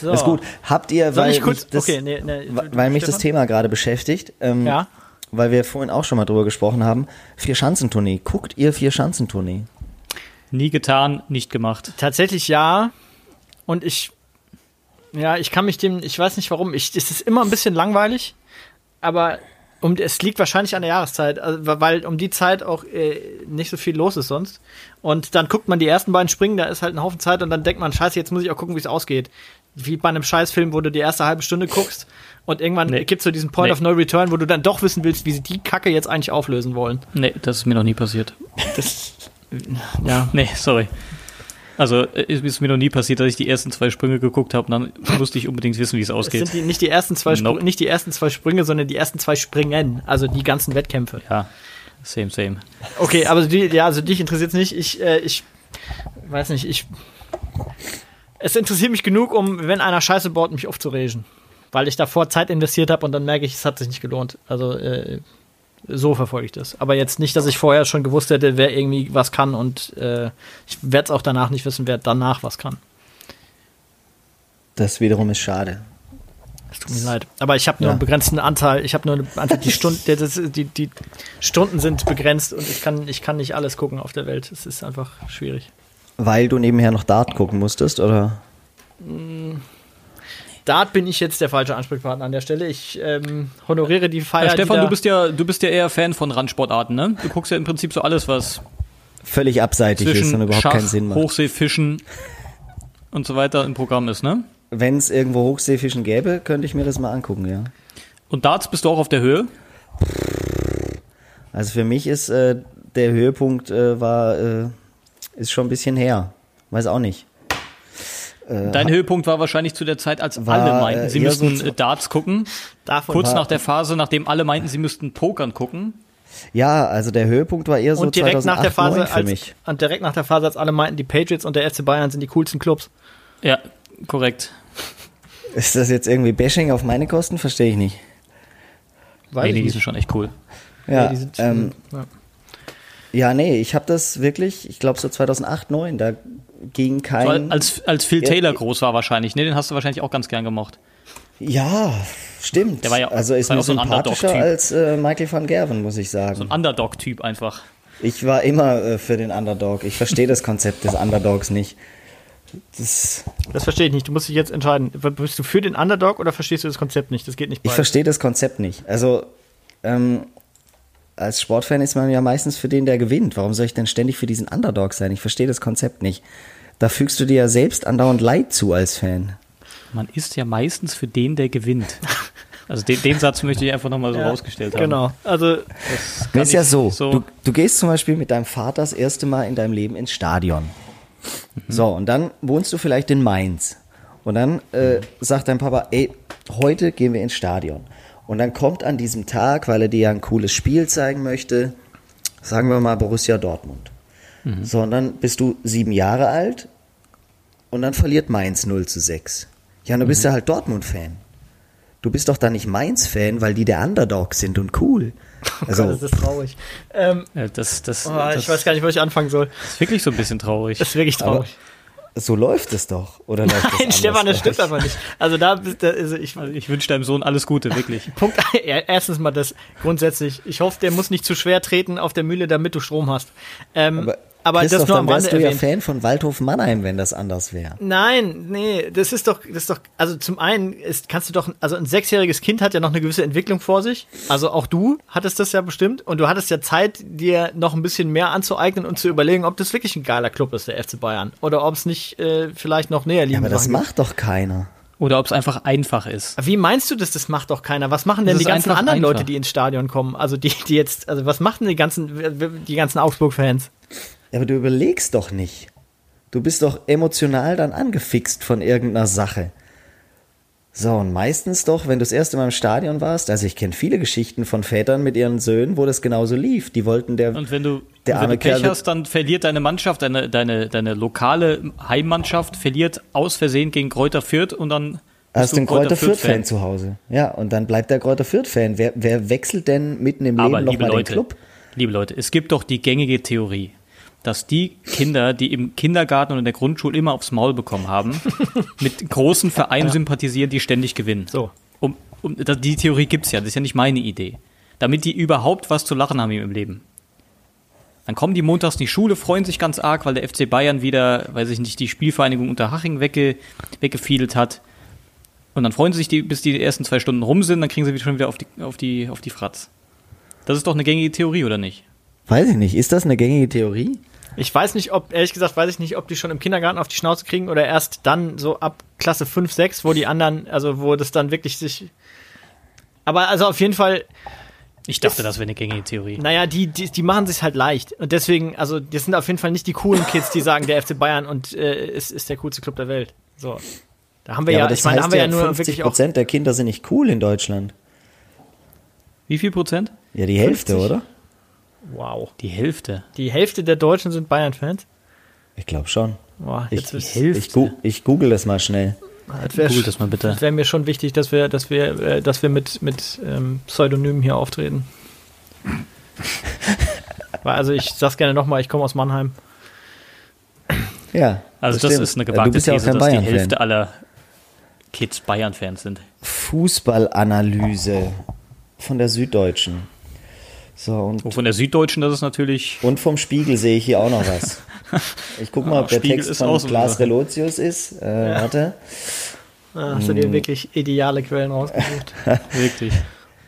S2: So.
S3: ist gut. Habt ihr,
S2: Soll
S3: weil,
S2: ich kurz,
S3: mich, das,
S2: okay, nee, nee,
S3: wa- weil mich das
S2: Stefan?
S3: Thema gerade beschäftigt, ähm,
S2: Ja,
S3: weil wir vorhin auch schon mal drüber gesprochen haben, Vier-Schanzentournee. Guckt ihr Vier-Schanzentournee?
S1: Nie getan, nicht gemacht.
S2: tatsächlich ja. Und ich, ja, ich kann mich dem, ich weiß nicht warum, ich, es ist immer ein bisschen langweilig, aber um, es liegt wahrscheinlich an der Jahreszeit, also, weil um die Zeit auch äh, nicht so viel los ist sonst. Und dann guckt man die ersten beiden springen, da ist halt ein Haufen Zeit und dann denkt man, scheiße, jetzt muss ich auch gucken, wie es ausgeht. Wie bei einem Scheißfilm, wo du die erste halbe Stunde guckst und irgendwann
S1: Nee.
S2: gibt's gibt es so diesen Point
S1: Nee.
S2: of No Return, wo du dann doch wissen willst, wie sie die Kacke jetzt eigentlich auflösen wollen.
S1: Nee, das ist mir noch nie passiert.
S2: Ja.
S1: Nee, sorry. Also, äh, ist ist mir noch nie passiert, dass ich die ersten zwei Sprünge geguckt habe und dann musste ich unbedingt wissen, wie es
S2: Es
S1: ausgeht.
S2: sind die, nicht, die ersten zwei Sprü-
S1: Nope.
S2: nicht die ersten zwei Sprünge, sondern die ersten zwei Springen, also die ganzen Wettkämpfe.
S1: Ja, same, same.
S2: Okay, aber die, ja, also dich interessiert es nicht. Ich, äh, ich weiß nicht, ich. Es interessiert mich genug, um, wenn einer Scheiße baut, mich aufzuregen. weil ich davor Zeit investiert habe und dann merke ich, es hat sich nicht gelohnt. Also äh, so verfolge ich das. Aber jetzt nicht, dass ich vorher schon gewusst hätte, wer irgendwie was kann und äh, ich werde es auch danach nicht wissen, wer danach was kann.
S3: Das wiederum ist schade.
S2: Es tut mir leid. Aber ich habe nur
S3: Ja.
S2: einen begrenzten Anteil. Ich habe nur eine, einfach die Stunden, das ist- die, die Stunden sind begrenzt und ich kann, ich kann nicht alles gucken auf der Welt. Es ist einfach schwierig.
S3: Weil du nebenher noch Dart gucken musstest, oder?
S2: Dart bin ich jetzt der falsche Ansprechpartner an der Stelle. Ich ähm, honoriere die Feier.
S1: Ja,
S2: die
S1: Äh, Stefan,
S2: da-
S1: du bist ja, du bist ja eher Fan von Randsportarten, ne? Du guckst ja im Prinzip so alles, was
S3: Völlig abseitig ist und
S1: zwischen
S3: überhaupt
S1: Schach,
S3: keinen Sinn macht.
S1: Hochseefischen und so weiter im Programm ist, ne?
S3: Wenn es irgendwo Hochseefischen gäbe, könnte ich mir das mal angucken, ja.
S1: Und Darts bist du auch auf der Höhe.
S3: Also für mich ist äh, der Höhepunkt äh, war äh, ist schon ein bisschen her. Weiß auch nicht. Äh,
S1: Dein Höhepunkt war wahrscheinlich zu der Zeit, als
S3: War,
S1: alle meinten, sie
S3: äh, eher so
S1: müssten
S3: zu-
S1: äh, Darts gucken.
S2: davon
S1: Kurz
S3: war-
S1: nach der Phase, nachdem alle meinten, sie müssten Pokern gucken.
S3: Ja, also der Höhepunkt war eher so
S2: und direkt
S3: 2008,
S2: nach der Phase
S3: 2009 für
S2: als,
S3: mich.
S2: und direkt nach der Phase als alle meinten die Patriots und der FC Bayern sind die coolsten Clubs.
S1: Ja, korrekt.
S3: Ist das jetzt irgendwie Bashing auf meine Kosten? Verstehe ich nicht.
S2: Weiß
S1: nee, nee,
S2: ich
S1: die
S2: nicht.
S1: sind schon echt cool.
S3: Ja,
S2: Nee, die sind-
S3: ähm,
S2: ja.
S3: ja nee, ich habe das wirklich, ich glaube so 2008, 2009, da ging
S1: So,
S3: kein...
S1: als, als Phil
S3: Ja,
S1: Taylor
S3: ich-
S1: groß war wahrscheinlich, ne? Den hast du wahrscheinlich auch ganz gern gemocht.
S3: ja, stimmt.
S1: Der war ja auch-
S3: also ist
S1: war ja
S3: mir
S1: auch so ein
S3: sympathischer
S1: Underdog-Typ.
S3: als äh, Michael van Gerven, muss ich sagen.
S1: So ein Underdog-Typ einfach.
S3: Ich war immer äh, für den Underdog. Ich verstehe das Konzept des Underdogs nicht. Das,
S2: Das verstehe ich nicht. Du musst dich jetzt entscheiden. Bist du für den Underdog oder verstehst du das Konzept nicht? Das geht nicht
S3: ich
S2: beides.
S3: verstehe das Konzept nicht. Also, ähm, als Sportfan ist man ja meistens für den, der gewinnt. Warum soll ich denn ständig für diesen Underdog sein? Ich verstehe das Konzept nicht. Da fügst du dir ja selbst andauernd Leid zu als Fan.
S1: Man ist ja meistens für den, der gewinnt. Also den, den Satz möchte ich einfach nochmal so
S2: Ja,
S1: rausgestellt haben.
S2: Genau. Also
S1: Das kann
S3: Das ist ja
S1: ich
S3: so. Du, du gehst zum Beispiel mit deinem Vater das erste Mal in deinem Leben ins Stadion.
S1: Mhm.
S3: So, und dann wohnst du vielleicht in Mainz. Und dann
S1: Mhm.
S3: äh, sagt dein Papa, ey, heute gehen wir ins Stadion. Und dann kommt an diesem Tag, weil er dir ja ein cooles Spiel zeigen möchte, sagen wir mal Borussia Dortmund.
S1: Mhm.
S3: So, und dann bist du sieben Jahre alt und dann verliert Mainz 0 zu 6. Ja, und du
S1: Mhm.
S3: bist ja halt Dortmund-Fan. Du bist doch dann nicht Mainz-Fan, weil die der Underdog sind und cool.
S1: Oh
S3: Also,
S2: das ist traurig. Ähm,
S1: Ja, Äh, das, das,
S2: oh,
S1: das
S2: ich weiß gar nicht, wo ich anfangen soll.
S1: ist wirklich so ein bisschen traurig.
S2: Das ist wirklich traurig.
S3: So läuft es doch, oder läuft es
S2: Nein,
S3: anders
S2: Stefan, das
S3: bei euch?
S2: stimmt einfach nicht. Also da, bist- da also ich,
S1: Also ich wünsche deinem Sohn alles Gute, wirklich.
S2: Punkt. Erstens mal das grundsätzlich. Ich hoffe, der muss nicht zu schwer treten auf der Mühle, damit du Strom hast. Ähm, aber das
S3: Christoph,
S2: nur am
S3: dann wärst
S2: Rande
S3: du ja
S2: erwähnt.
S3: Fan von Waldhof Mannheim, wenn das anders wäre.
S2: Nein, nee, das ist doch, das ist doch, also zum einen ist, kannst du doch, also ein sechsjähriges Kind hat ja noch eine gewisse Entwicklung vor sich. Also auch du hattest das ja bestimmt und du hattest ja Zeit, dir noch ein bisschen mehr anzueignen und zu überlegen, ob das wirklich ein geiler Club ist, der FC Bayern, oder ob es nicht äh, vielleicht noch näher liegen
S3: Aber das
S2: Sachen gibt.
S3: macht doch keiner.
S1: Oder ob es einfach einfach ist.
S2: Wie meinst du das? Das macht doch keiner. Was machen denn
S1: Das
S2: die
S1: ist
S2: ganzen
S1: einfach
S2: anderen Leute,
S1: einfach.
S2: die ins Stadion kommen? Also die, die jetzt, also was machen die ganzen, die ganzen Augsburg-Fans?
S3: Aber du überlegst doch nicht. Du bist doch emotional dann angefixt von irgendeiner Sache. So, und meistens doch, wenn du das erste Mal im Stadion warst, also ich kenne viele Geschichten von Vätern mit ihren Söhnen, wo das genauso lief. Die wollten der.
S1: Und wenn du,
S3: Der
S1: wenn
S3: arme
S1: du Pech
S3: Kerl wird-
S1: hast, dann verliert deine Mannschaft, deine, deine, deine lokale Heimmannschaft, verliert aus Versehen gegen Kräuter Fürth und dann
S3: Hast du einen Kräuter Fürth-Fan
S1: Fürth-Fan.
S3: zu Hause? Ja, und dann bleibt der Kräuter Fürth-Fan. Wer, wer wechselt denn mitten im
S1: Aber
S3: Leben
S1: liebe
S3: nochmal den
S1: Leute,
S3: Club?
S1: liebe Leute, es gibt doch die gängige Theorie, dass die Kinder, die im Kindergarten und in der Grundschule immer aufs Maul bekommen haben, mit großen Vereinen sympathisieren, die ständig gewinnen.
S2: So.
S1: Um, um, da- die Theorie gibt's ja, das ist ja nicht meine Idee. Damit die überhaupt was zu lachen haben im Leben. Dann kommen die montags in die Schule, freuen sich ganz arg, weil der FC Bayern wieder, weiß ich nicht, die Spielvereinigung Unterhaching wegge, weggefiedelt hat. Und dann freuen sie sich, die, bis die ersten zwei Stunden rum sind, dann kriegen sie schon wieder auf die, auf die, auf die Fratz. Das ist doch eine gängige Theorie, oder nicht?
S3: Weiß ich nicht. Ist das eine gängige Theorie?
S2: Ich weiß nicht, ob, ehrlich gesagt, weiß ich nicht, ob die schon im Kindergarten auf die Schnauze kriegen oder erst dann so ab Klasse 5, 6, wo die anderen, also wo das dann wirklich sich. Aber also auf jeden Fall,
S1: Ich dachte, das wäre eine gängige Theorie.
S2: naja, die, die, die machen sich halt leicht. Und deswegen, also das sind auf jeden Fall nicht die coolen Kids, die sagen, der FC Bayern und äh, ist, ist der coolste Club der Welt. So. Da haben wir ja,
S3: aber das
S2: ich meine, da haben wir ja, nur wirklich auch.
S3: Prozent der Kinder sind nicht cool in Deutschland.
S1: Wie viel Prozent?
S3: Ja, die Hälfte,
S2: 50?
S3: oder?
S2: Wow.
S1: Die Hälfte.
S2: Die Hälfte der Deutschen sind Bayern-Fans.
S3: Ich glaube schon.
S2: Boah,
S3: Ich,
S2: jetzt
S3: ich,
S2: wird's-
S1: Hälfte?
S3: ich, gu ich google das mal schnell.
S2: Das wäre
S1: Googelt das mal bitte.
S2: wär mir schon wichtig, dass wir, dass wir, äh, dass wir mit, mit ähm, Pseudonymen hier auftreten. Weil, also ich sag's gerne nochmal, ich komme aus Mannheim.
S3: Ja.
S1: Also das,
S3: stimmt.
S1: ist eine gewagte
S3: Du bist ja auch
S1: These,
S3: kein
S1: dass die
S3: Bayern-Fan.
S1: Hälfte aller Kids Bayern-Fans sind.
S3: Fußballanalyse von der Süddeutschen. So, und,
S1: Oh, von der Süddeutschen, das ist natürlich
S3: und vom Spiegel sehe ich hier auch noch was. Ich guck mal, ob der
S1: Ah, Spiegel
S3: Text
S1: ist auch
S3: von
S1: so
S3: Klaas
S1: eine
S3: Relotius ist. Äh, Warte.
S2: Da Ah, hast du dir wirklich ideale Quellen rausgesucht.
S1: wirklich.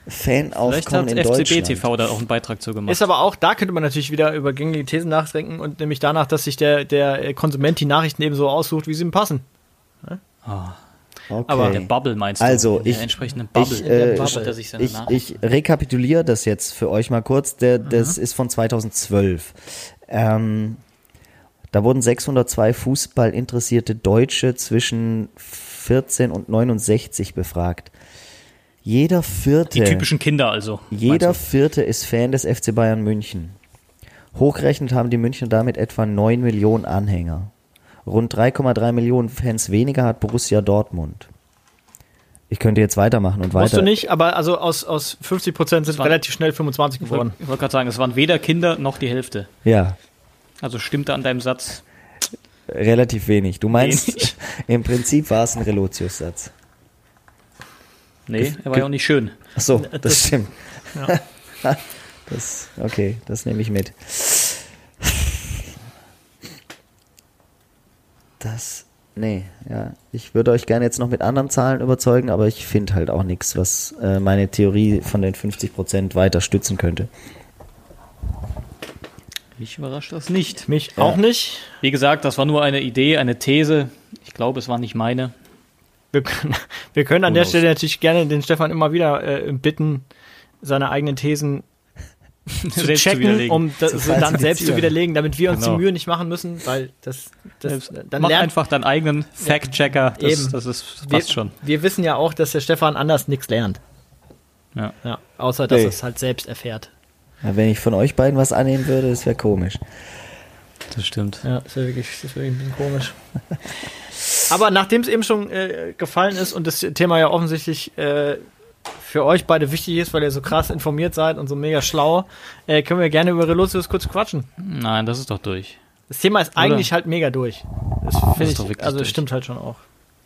S1: Vielleicht
S3: Fanaufkommen
S1: hat
S3: in Deutschland.
S1: FCB TV da auch einen Beitrag zu gemacht.
S2: Ist aber auch, da könnte man natürlich wieder über gängige Thesen nachdenken und nämlich danach, dass sich der, der äh, Konsument die Nachrichten eben so aussucht, wie sie ihm passen.
S3: Okay.
S1: aber der Bubble meinst du?
S3: Also,
S1: In der
S3: ich-
S1: entsprechenden Bubble.
S3: ich,
S1: der
S3: äh,
S1: Bubble, der sich seine
S3: ich,
S1: Nachricht-
S3: ich rekapituliere das jetzt für euch mal kurz. Der,
S1: Mhm.
S3: das ist von 2012. Ähm, da wurden 602 Fußballinteressierte Deutsche zwischen 14 und 69 befragt. Jeder vierte,
S1: die typischen Kinder also.
S3: äh, jeder
S1: meinst
S3: vierte ist Fan des FC Bayern München. Hochgerechnet haben die Münchner damit etwa 9 Millionen Anhänger. Rund 3,3 Millionen Fans weniger hat Borussia Dortmund. Ich könnte jetzt weitermachen und
S2: Musst
S3: weiter.
S2: du nicht, aber also aus, aus 50 Prozent sind
S1: war-
S2: relativ schnell 25
S1: du? Ich wollte
S2: geworden.
S1: wollte gerade sagen, es waren weder Kinder noch die Hälfte.
S3: Ja,
S1: Also stimmte an deinem Satz.
S3: relativ wenig. Du meinst,
S1: Wenig.
S3: im Prinzip war es ein Relotius-Satz.
S1: Nee, er war ja auch nicht schön.
S3: Ach so, das,
S2: das-
S3: stimmt.
S2: ja.
S3: das, okay, das nehme ich mit. Das, nee, ja. Ich würde euch gerne jetzt noch mit anderen Zahlen überzeugen, aber ich finde halt auch nichts, was äh, meine Theorie von den 50% weiter stützen könnte.
S1: Mich überrascht das nicht.
S2: Mich auch nicht.
S1: Wie gesagt, das war nur eine Idee, eine These. Ich glaube, es war nicht meine.
S2: Wir können, wir können an der Stelle natürlich gerne den Stefan immer wieder äh, bitten, seine eigenen Thesen zu
S1: Selbst zu
S2: checken,
S1: widerlegen.
S2: um das dann
S3: falsifizieren.
S2: selbst zu widerlegen, damit wir uns
S1: Genau.
S2: die Mühe nicht machen müssen, weil das, das dann
S1: Mach
S2: lernt
S1: einfach deinen eigenen Fact-Checker. Das,
S2: Eben.
S1: das ist
S2: wir,
S1: fast schon.
S2: wir wissen ja auch, dass der Stefan anders nichts lernt.
S1: Ja.
S2: Ja, außer dass
S3: Nee.
S2: er es halt selbst erfährt.
S3: Ja, wenn ich von euch beiden was annehmen würde, das wäre komisch.
S1: Das stimmt.
S2: Ja, das wäre wirklich, das wäre ein bisschen komisch. Aber nachdem es eben schon äh, gefallen ist und das Thema ja offensichtlich äh, für euch beide wichtig ist, weil ihr so krass informiert seid und so mega schlau, äh, können wir gerne über Relotius kurz quatschen.
S1: Nein, das ist doch durch.
S2: Das Thema ist eigentlich halt mega durch. Das
S1: ist
S2: finde ich,
S1: doch wirklich
S2: also
S1: durch.
S2: stimmt halt schon auch.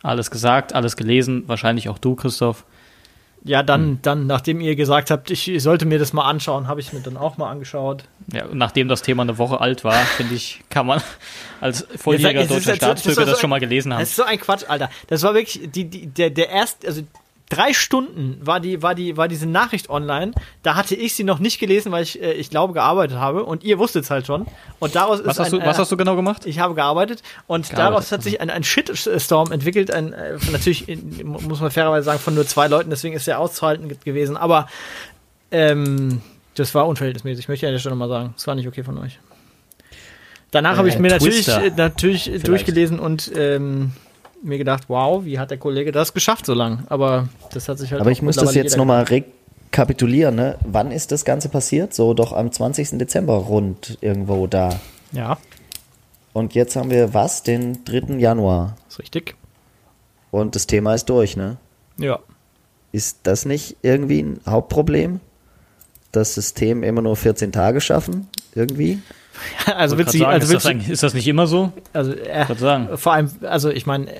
S1: Alles gesagt, alles gelesen, wahrscheinlich auch du, Christoph.
S2: Ja, dann,
S1: Hm.
S2: dann, nachdem ihr gesagt habt, ich sollte mir das mal anschauen, habe ich mir dann auch mal angeschaut.
S1: Ja, und nachdem das Thema eine Woche alt war, finde ich, kann man als volljähriger
S2: Jetzt- jetzt-
S1: deutscher
S2: jetzt- jetzt-
S1: Staatsbürger
S2: jetzt-
S1: das schon mal gelesen haben.
S2: Das ist so ein Quatsch, Alter. Das war wirklich die, die, der, der erste, also drei Stunden war, die, war, die, war diese Nachricht online. Da hatte ich sie noch nicht gelesen, weil ich, äh, ich glaube, gearbeitet habe. Und ihr wusstet es halt schon. Und daraus
S1: Was
S2: ist
S1: hast,
S2: ein,
S1: du, was
S2: äh,
S1: hast du genau gemacht?
S2: ich habe gearbeitet und
S1: Gearbeitet, also.
S2: daraus hat sich ein, ein Shitstorm entwickelt. Ein, äh, von natürlich, in, muss man fairerweise sagen, von nur zwei Leuten, deswegen ist er auszuhalten ge- gewesen. Aber ähm, das war unverhältnismäßig, möchte ich an der Stelle mal sagen. Das war nicht okay von euch. Danach habe ich mir natürlich,
S1: Twister
S2: äh, natürlich äh, durchgelesen und ähm, mir gedacht, wow, wie hat der Kollege das geschafft so lang? Aber das hat sich halt.
S3: Aber
S2: auch
S3: ich muss das
S2: mittlerweile
S3: jetzt
S2: jeder
S3: nochmal rekapitulieren. Ne? Wann ist das Ganze passiert? So doch am 20. Dezember rund irgendwo da.
S2: gedacht. Ja,
S3: Und jetzt haben wir was? Den 3. Januar.
S2: ist richtig.
S3: Und das Thema ist durch, ne?
S2: Ja.
S3: Ist das nicht irgendwie ein Hauptproblem? Das System immer nur 14 Tage schaffen? Irgendwie?
S2: Also
S1: Wollte grad sagen,
S2: witzig,
S1: ist,
S2: also
S1: das
S2: witzig,
S1: eigentlich- ist das nicht immer so?
S2: Also, äh,
S1: Wollte sagen.
S2: vor allem, also ich meine, äh,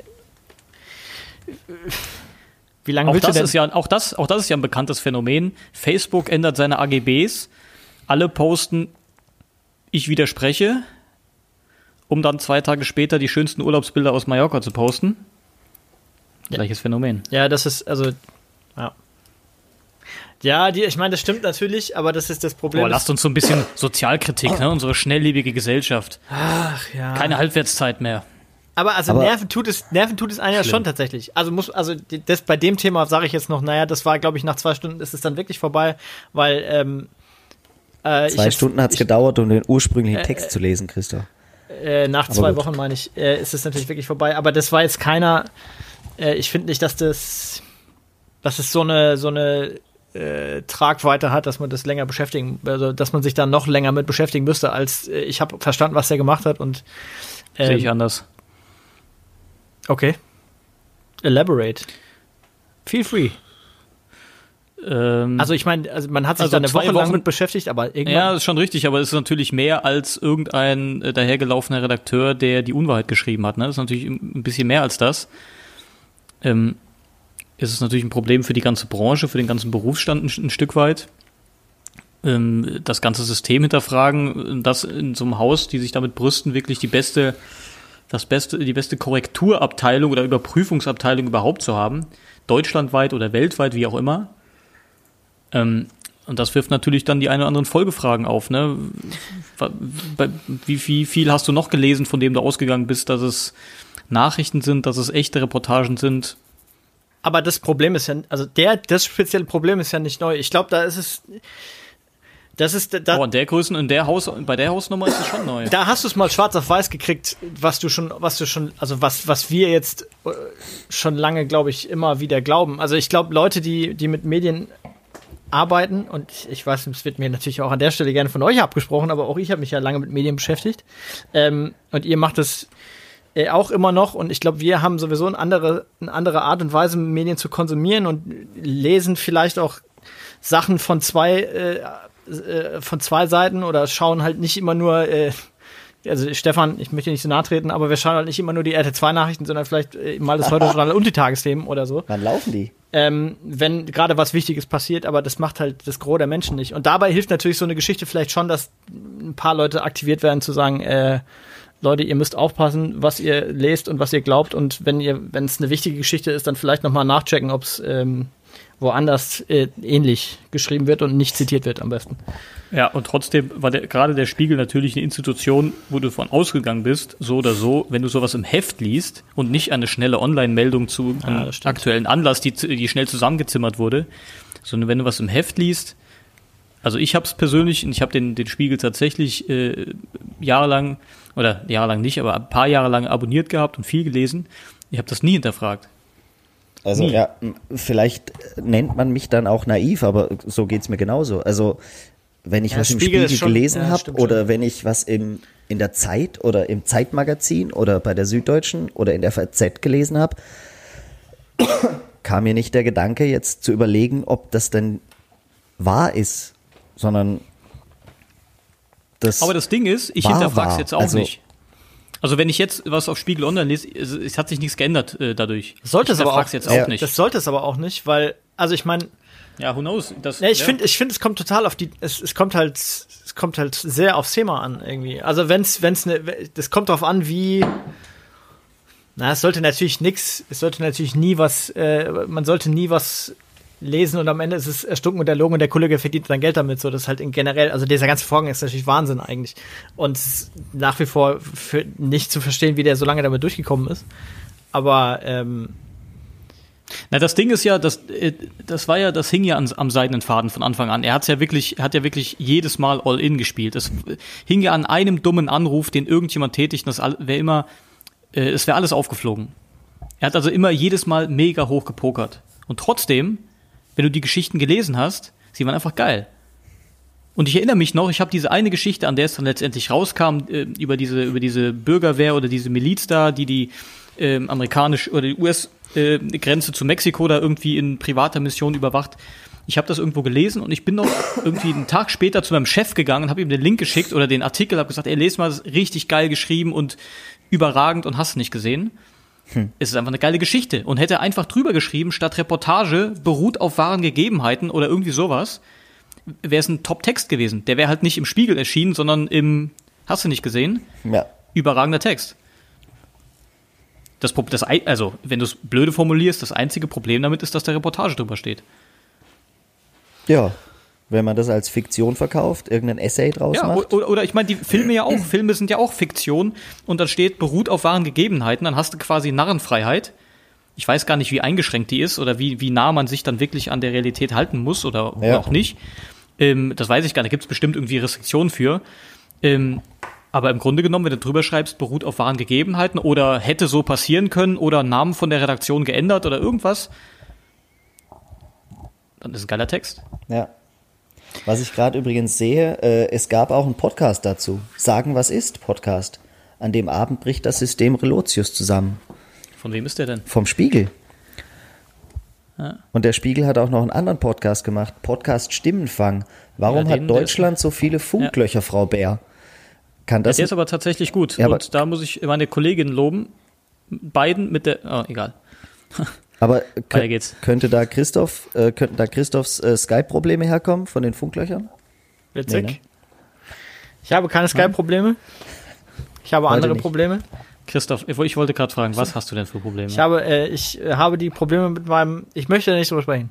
S2: wie lange
S1: Auch
S2: willst du
S1: das,
S2: denn?
S1: ist ja, auch, das, auch das ist ja ein bekanntes Phänomen. Facebook ändert seine AGBs. Alle posten, ich widerspreche, um dann zwei Tage später die schönsten Urlaubsbilder aus Mallorca zu posten. Gleiches Phänomen.
S2: ja, das ist, also, ja. Ja, die, ich meine, das stimmt natürlich, aber das ist Oh. das Problem.
S1: Boah, lasst uns so ein bisschen Sozialkritik, ne? unsere schnelllebige Gesellschaft.
S2: Ah. Ach, ja.
S1: Keine Halbwertszeit mehr.
S2: aber also
S3: Aber-
S2: Nerven tut es, Nerven tut es einem ja schon tatsächlich. Also muss, also die- das bei dem Thema sage ich jetzt noch, naja, das war, glaube ich, nach zwei Stunden ist es dann wirklich vorbei, weil ähm, äh,
S3: Zwei
S2: ich,
S3: Stunden hat es gedauert, um den ursprünglichen Text zu lesen, Christoph.
S2: äh, nach zwei
S3: gut.
S2: Wochen, meine ich, äh, ist es natürlich wirklich vorbei. Aber das war jetzt keiner. Äh, ich finde nicht, dass das, dass es so eine, so eine äh, Tragweite hat, dass man das länger beschäftigen, also dass man sich da noch länger mit beschäftigen müsste, als äh, ich habe verstanden, ähm, was er gemacht hat und
S1: Sehe
S2: ähm,
S1: ich anders.
S2: okay. Elaborate. Feel free.
S1: Ähm,
S2: Also ich meine, also man hat sich
S1: Also
S2: da eine
S1: zwei
S2: Woche lang
S1: Wochen-
S2: mit beschäftigt, aber irgendwann
S1: ja, ist schon richtig, aber es ist natürlich mehr als irgendein äh, dahergelaufener Redakteur, der die Unwahrheit geschrieben hat. Ne? Das ist natürlich ein ein bisschen mehr als das. Ähm, es ist natürlich ein Problem für die ganze Branche, für den ganzen Berufsstand ein, ein Stück weit. Ähm, das ganze System hinterfragen, dass in so einem Haus, die sich damit brüsten, wirklich die beste, das beste, die beste Korrekturabteilung oder Überprüfungsabteilung überhaupt zu haben, deutschlandweit oder weltweit, wie auch immer. Ähm, und das wirft natürlich dann die ein oder anderen Folgefragen auf. Ne? Wa- bei- Wie, wie viel hast du noch gelesen, von dem du ausgegangen bist, dass es Nachrichten sind, dass es echte Reportagen sind?
S2: Aber das Problem ist ja, also der, das spezielle Problem ist ja nicht neu. Ich glaube, da ist es, das ist, da,
S1: oh, in der Größen, in der Haus, bei der Hausnummer ist es schon neu.
S2: da hast du es mal schwarz auf weiß gekriegt, was du schon, was du schon, also was, was wir jetzt äh, schon lange, glaube ich, immer wieder glauben. Also ich glaube, Leute, die, die mit Medien arbeiten, und ich, ich weiß, es wird mir natürlich auch an der Stelle gerne von euch abgesprochen, aber auch ich habe mich ja lange mit Medien beschäftigt. Ähm, und ihr macht es äh, auch immer noch und ich glaube, wir haben sowieso eine andere, eine andere Art und Weise, Medien zu konsumieren und lesen vielleicht auch Sachen von zwei, äh, äh, von zwei Seiten oder schauen halt nicht immer nur, äh, also Stefan, ich möchte nicht so nahe treten, aber wir schauen halt nicht immer nur die RT2-Nachrichten, sondern vielleicht äh, mal das Heute-Journal und die Tagesthemen oder so
S4: Wann laufen die?
S2: ähm, wenn gerade was Wichtiges passiert, aber das macht halt das Gros der Menschen nicht. Und dabei hilft natürlich so eine Geschichte vielleicht schon, dass ein paar Leute aktiviert werden zu sagen, äh, Leute, ihr müsst aufpassen, was ihr lest und was ihr glaubt und wenn ihr, wenn es eine wichtige Geschichte ist, dann vielleicht nochmal nachchecken, ob es ähm, woanders äh, ähnlich geschrieben wird und nicht zitiert wird am besten.
S1: Ja, und trotzdem war der, gerade der Spiegel natürlich eine Institution, wo du von ausgegangen bist, so oder so, wenn du sowas im Heft liest und nicht eine schnelle Online-Meldung zu
S2: Ja,
S1: einem
S2: das stimmt.
S1: aktuellen Anlass, die, die schnell zusammengezimmert wurde, sondern wenn du was im Heft liest, also ich hab's persönlich, und ich habe den, den Spiegel tatsächlich äh, jahrelang, oder jahrelang nicht, aber ein paar Jahre lang abonniert gehabt und viel gelesen. Ich habe das nie hinterfragt.
S4: Also
S1: Nie.
S4: ja, m- vielleicht nennt man mich dann auch naiv, aber so geht's mir genauso. Also wenn ich
S2: Ja,
S4: was im
S2: Spiegel
S4: Spiegel,
S2: ist schon-
S4: gelesen
S2: ja, das
S4: habe
S2: stimmt
S4: oder wenn ich was im, in der Zeit oder im Zeitmagazin oder bei der Süddeutschen oder in der FAZ gelesen habe, kam mir nicht der Gedanke jetzt zu überlegen, ob das denn wahr ist, sondern das,
S1: Aber das Ding ist, ich
S4: War,
S1: hinterfrage es
S4: war.
S1: jetzt auch
S4: Also-
S1: nicht. Also wenn ich jetzt was auf Spiegel Online lese, es, es hat sich nichts geändert äh, dadurch.
S2: Sollte
S1: ich
S2: es aber auch
S1: hinterfrag's jetzt auch
S4: Ja.
S1: nicht.
S2: Das sollte es aber auch nicht, weil, also ich meine,
S1: ja, who knows? Das,
S2: Ja, ich
S1: ja.
S2: finde, ich finde, es kommt total auf die, es, es kommt halt, es kommt halt sehr aufs Thema an irgendwie. Also wenn's, wenn's ne, das kommt drauf an, wie, na, es sollte natürlich nix, es sollte natürlich nie was, äh, man sollte nie was lesen und am Ende ist es erstunken und erlogen und der Kollege verdient sein Geld damit, so das ist halt in generell, also dieser ganze Vorgang ist natürlich Wahnsinn eigentlich und es ist nach wie vor für, nicht zu verstehen, wie der so lange damit durchgekommen ist. Aber ähm,
S1: Na, das Ding ist ja, das, äh, das war ja, das hing ja ans, am seidenen Faden von Anfang an. Er hat's ja wirklich, hat ja wirklich jedes Mal all in gespielt. Es äh, hing ja an einem dummen Anruf, den irgendjemand tätigt. Und das all- wäre immer, äh, es wäre alles aufgeflogen. Er hat also immer jedes Mal mega hoch gepokert. Und trotzdem, wenn du die Geschichten gelesen hast, sie waren einfach geil. Und ich erinnere mich noch, ich habe diese eine Geschichte, an der es dann letztendlich rauskam, äh, über diese über diese Bürgerwehr oder diese Miliz da, die die ähm, amerikanisch oder die US äh, Grenze zu Mexiko da irgendwie in privater Mission überwacht. Ich habe das irgendwo gelesen und ich bin noch irgendwie einen Tag später zu meinem Chef gegangen und habe ihm den Link geschickt oder den Artikel, habe gesagt, ey, lese mal, das ist richtig geil geschrieben und überragend und hast nicht gesehen. Es ist einfach eine geile Geschichte. Und hätte er einfach drüber geschrieben, statt Reportage beruht auf wahren Gegebenheiten oder irgendwie sowas, wäre es ein Top-Text gewesen. Der wäre halt nicht im Spiegel erschienen, sondern im, hast du nicht gesehen,
S4: ja,
S1: überragender Text. Das, Prob- das, ei- also, wenn du es blöde formulierst, das einzige Problem damit ist, dass der Reportage drüber steht.
S4: ja, wenn man das als Fiktion verkauft, irgendein Essay draus
S1: Ja,
S4: macht.
S1: o- oder, oder ich meine, die Filme ja auch. Filme sind ja auch Fiktion und dann steht, beruht auf wahren Gegebenheiten, dann hast du quasi Narrenfreiheit. Ich weiß gar nicht, wie eingeschränkt die ist oder wie, wie nah man sich dann wirklich an der Realität halten muss oder
S4: Ja.
S1: auch nicht. Ähm, das weiß ich gar nicht. Da gibt es bestimmt irgendwie Restriktionen für. Ähm, aber im Grunde genommen, wenn du drüber schreibst, beruht auf wahren Gegebenheiten oder hätte so passieren können oder Namen von der Redaktion geändert oder irgendwas, dann ist ein geiler Text.
S4: Ja. Was ich gerade übrigens sehe, äh, es gab auch einen Podcast dazu. Sagen, was ist Podcast. An dem Abend bricht das System Relotius zusammen.
S1: Von wem ist der denn?
S4: Vom Spiegel.
S3: Und der Spiegel hat auch noch einen anderen Podcast gemacht, Podcast Stimmenfang. Warum
S1: Ja, den-
S3: hat Deutschland so viele Funklöcher, Frau Bär? Kann das?
S1: Der ist aber tatsächlich gut.
S3: Ja, aber-
S1: und da muss ich meine Kollegin loben. Beiden mit der. Oh, egal.
S3: aber kö-
S1: geht's.
S3: könnte da Christoph, äh, könnten da Christophs äh, Skype-Probleme herkommen von den Funklöchern?
S2: Witzig.
S3: Nee, ne?
S2: Ich habe keine Skype-Probleme. Ich habe
S3: Heute
S2: andere
S3: nicht.
S2: Probleme.
S1: Christoph, ich ich wollte gerade fragen, was hast du denn für Probleme?
S2: Ich habe, äh, ich äh, habe die Probleme mit meinem. Ich möchte da nicht drüber sprechen.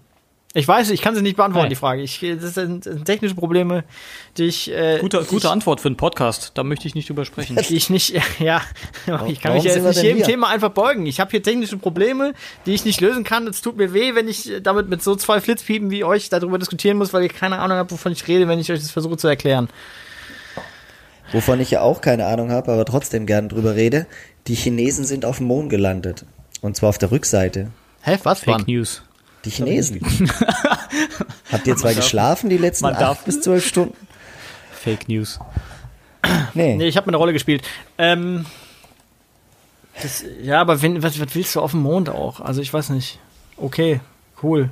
S2: Ich weiß, ich kann sie nicht beantworten,
S1: Nein.
S2: die Frage. Ich, äh, das sind, sind technische Probleme, die ich, äh,
S1: gute,
S2: die
S1: gute Antwort für einen Podcast. Da möchte ich nicht drüber sprechen.
S2: ich, die ich nicht, ja, ich kann
S3: Warum
S2: mich ja
S3: sind
S2: jetzt
S3: wir
S2: nicht
S3: denn
S2: jedem
S3: hier?
S2: Thema einfach beugen. Ich habe hier technische Probleme, die ich nicht lösen kann. Es tut mir weh, wenn ich äh, damit mit so zwei Flitzpiepen wie euch darüber diskutieren muss, weil ich keine Ahnung habe, wovon ich rede, wenn ich euch das versuche zu erklären.
S3: Wovon ich ja auch keine Ahnung habe, aber trotzdem gern drüber rede. Die Chinesen sind auf dem Mond gelandet. Und zwar auf der Rückseite.
S2: Hä, was,
S1: Fake
S2: Mann?
S1: News.
S3: Die Chinesen. Habt ihr zwei geschlafen die letzten
S1: man darf-
S3: acht bis zwölf Stunden?
S1: Fake News.
S3: Nee.
S2: Nee, ich habe eine Rolle gespielt. Ähm, das, ja, aber wenn, was, was willst du auf dem Mond auch? Also ich weiß nicht. Okay, cool.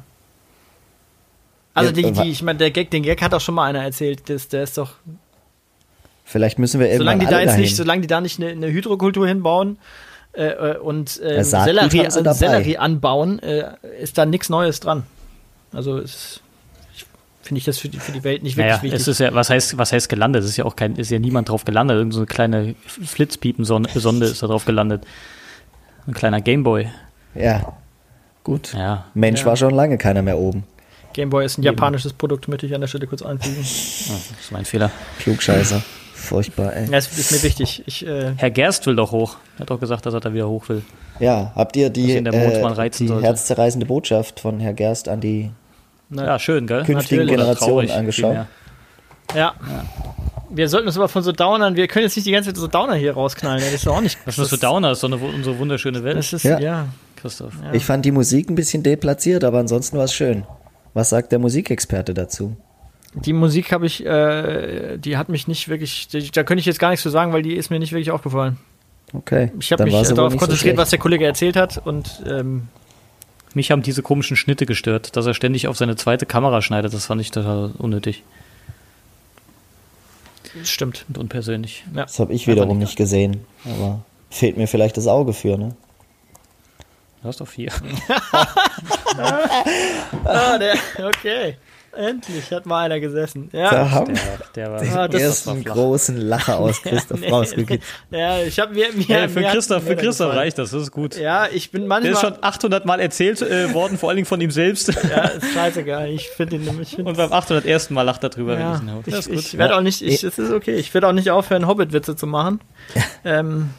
S2: Also
S3: Ja,
S2: die,
S3: wa-
S2: die, ich meine, der Gag, den Gag hat auch schon mal einer erzählt. Das, der ist doch,
S3: Vielleicht müssen wir irgendwann
S2: solange die
S3: alle
S2: da jetzt
S3: dahin.
S2: nicht, solange die da nicht eine, eine Hydrokultur hinbauen äh, äh, und ähm,
S3: Er sagt,
S2: Sellerie,
S3: die sind dabei.
S2: Sellerie anbauen, äh, ist da nichts Neues dran. Also es- ich- finde ich das für die, für die Welt nicht wirklich
S1: Naja,
S2: wichtig.
S1: es ist ja, was heißt, was heißt gelandet? Es ist ja auch kein, ist ja niemand drauf gelandet. Irgend so eine kleine Flitzpiepensonde Sonde ist da drauf gelandet. Ein kleiner Gameboy.
S3: ja. Gut.
S1: Ja.
S3: Mensch war schon lange keiner mehr oben.
S2: Gameboy ist ein japanisches Produkt, möchte ich an der Stelle kurz einfügen.
S1: Das ist mein Fehler.
S3: Klugscheißer. Furchtbar, ey.
S2: Ja, es ist mir wichtig. Ich, äh,
S1: Herr Gerst will doch hoch. Er hat doch gesagt, dass er da wieder hoch will.
S3: Ja, habt ihr die,
S1: Dass ihn der Mond mal
S3: äh,
S1: reizen
S3: die
S1: sollte.
S3: herzzerreißende Botschaft von Herr Gerst an die
S1: Ja, schön, gell?
S3: künftigen
S1: Natürlich.
S3: Generationen
S1: Traurig,
S3: angeschaut?
S1: vielmehr.
S2: ja. Wir sollten uns aber von so Downern, wir können jetzt nicht die ganze Zeit so Downer hier rausknallen. Das ist doch auch nicht.
S1: Was ist das für Downer? Das ist doch eine, unsere wunderschöne Welt,
S2: Das ist, ja.
S3: Ja.
S1: Christoph.
S3: Ich fand die Musik ein bisschen deplatziert, aber ansonsten war es schön. Was sagt der Musikexperte dazu?
S2: Die Musik habe ich, äh, die hat mich nicht wirklich, die, da könnte ich jetzt gar nichts zu sagen, weil die ist mir nicht wirklich aufgefallen.
S3: Okay.
S2: Ich habe
S3: dann
S2: mich halt
S3: war sie wohl
S2: darauf
S3: nicht so
S2: konzentriert,
S3: schlecht.
S2: was der Kollege erzählt hat und ähm,
S1: Mich haben diese komischen Schnitte gestört, dass er ständig auf seine zweite Kamera schneidet. Das fand ich total unnötig
S2: stimmt.
S1: und unpersönlich.
S3: Das habe ich wiederum nicht gesehen. Aber fehlt mir vielleicht das Auge für, ne?
S1: Du hast doch vier.
S2: Ah, der, okay. Endlich hat mal einer gesessen. Ja.
S3: Da haben
S1: Der war,
S2: Ah,
S3: wir den ersten großen Lacher aus Christoph rausgekitzelt.
S2: Ja, ich habe mir, mir,
S1: Ja, für
S2: mir hat-
S1: Christoph, für
S2: mir hat
S1: Christoph
S2: gefallen.
S1: reicht das, das ist gut.
S2: Ja, ich bin
S1: Der
S2: manchmal.
S1: ist schon 800 Mal erzählt äh, worden, vor allen Dingen von ihm selbst.
S2: ja, ist scheißegal. Ich finde ihn nämlich. ich find-
S1: Und beim 801. Mal lacht er drüber, wenn
S2: Ja,
S1: ich ihn hau. Das
S2: ich,
S1: ist gut.
S2: ich werde auch nicht, ich, es ist okay, ich werde auch nicht aufhören, Hobbit-Witze zu machen. ähm,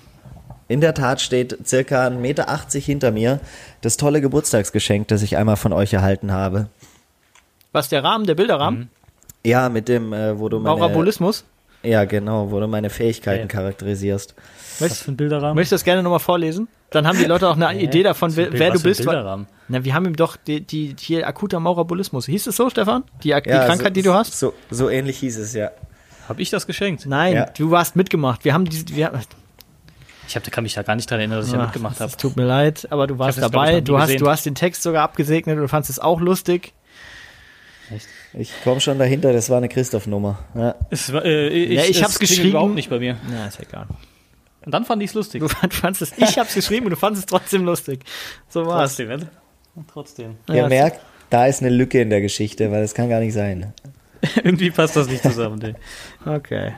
S3: In der Tat steht circa 1,80 Meter hinter mir das tolle Geburtstagsgeschenk, das ich einmal von euch erhalten habe.
S2: was der Rahmen, der Bilderrahmen,
S3: Ja, mit dem, äh, wo du Mhm. meine,
S2: Maurabolismus,
S3: ja, genau, wo du meine Fähigkeiten
S1: Ja.
S3: charakterisierst.
S1: Was für ein Bilderrahmen?
S2: möchtest du das gerne nochmal vorlesen? Dann haben die Leute auch eine Idee davon, wer, wer du bist. weil-
S1: Bilderrahmen.
S2: Na, wir haben ihm doch die, die hier akuter Maurabolismus. Hieß es so, Stefan? Die, die
S3: Ja, also
S2: Krankheit,
S3: so,
S2: die du hast?
S3: So, so ähnlich hieß es, ja.
S1: Hab ich das geschenkt?
S2: Nein,
S3: Ja.
S2: du warst mitgemacht. Wir haben diese. Wir,
S1: Ich hab, kann mich da gar nicht dran erinnern, dass ich da
S2: Ach,
S1: mitgemacht
S2: Es
S1: habe.
S2: tut mir leid, aber du warst
S1: das, glaub ich, noch
S2: dabei.
S1: nie
S2: Du hast,
S1: gesehen.
S2: du hast den Text sogar abgesegnet und fandest es auch lustig.
S3: Ich komme schon dahinter, das war eine Christoph-Nummer. Ja.
S1: Äh, ich,
S2: Ja, ich
S1: es
S2: hab's
S1: klingelt
S2: geschrieben.
S1: überhaupt nicht bei mir.
S2: Na, ist egal.
S1: Und dann fand ich's lustig.
S2: Du fand- fandest es, ich hab's geschrieben und du fandest es trotzdem lustig. So war's.
S1: Trotzdem, ne? Trotzdem.
S3: Ihr
S2: Ja,
S3: merkt, da ist eine Lücke in der Geschichte, weil das kann gar nicht sein. ne?
S1: Irgendwie passt das nicht zusammen. Nee.
S2: Okay.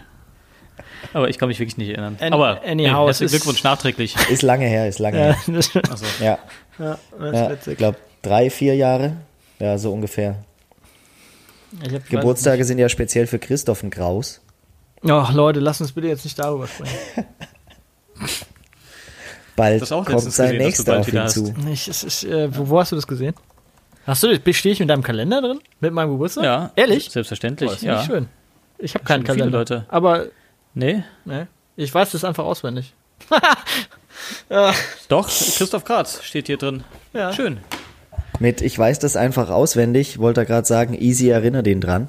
S1: Aber ich kann mich wirklich nicht erinnern.
S2: An-
S1: Aber
S2: anyhow,
S1: ey,
S2: es
S1: herzlichen
S2: ist-
S1: Glückwunsch nachträglich.
S3: Ist lange her, ist lange
S2: Ja,
S3: her.
S2: das, ja, das
S1: Also,
S3: Ja,
S2: ist
S3: ja ich
S2: witzig.
S3: glaube drei, vier Jahre, ja so ungefähr.
S2: Ich hab-
S3: Geburtstage sind ja speziell für Christoph ein Graus.
S2: Ach Leute, lasst uns bitte jetzt nicht darüber sprechen.
S3: Bald
S1: Das auch
S3: kommt
S1: letztens
S3: sein
S1: gesehen, dass du
S3: nächster
S1: bald
S3: auf
S1: wieder
S3: ihn
S1: hast.
S3: zu.
S2: Ich, es ist, äh, wo, wo hast du das gesehen? Hast du das? Stehe ich mit deinem Kalender drin? Mit meinem Geburtstag?
S1: ja.
S2: Ehrlich?
S1: Selbstverständlich.
S2: Boah, ist
S1: ja.
S2: nicht schön. Ich habe keinen
S1: schon viele
S2: Kalender.
S1: Leute.
S2: Aber
S1: Nee,
S2: ne, ich weiß das einfach auswendig.
S1: doch. Christoph Graz steht hier drin.
S2: Ja.
S1: Schön.
S3: Mit Ich weiß das einfach auswendig, wollte er gerade sagen, easy erinnert ihn dran.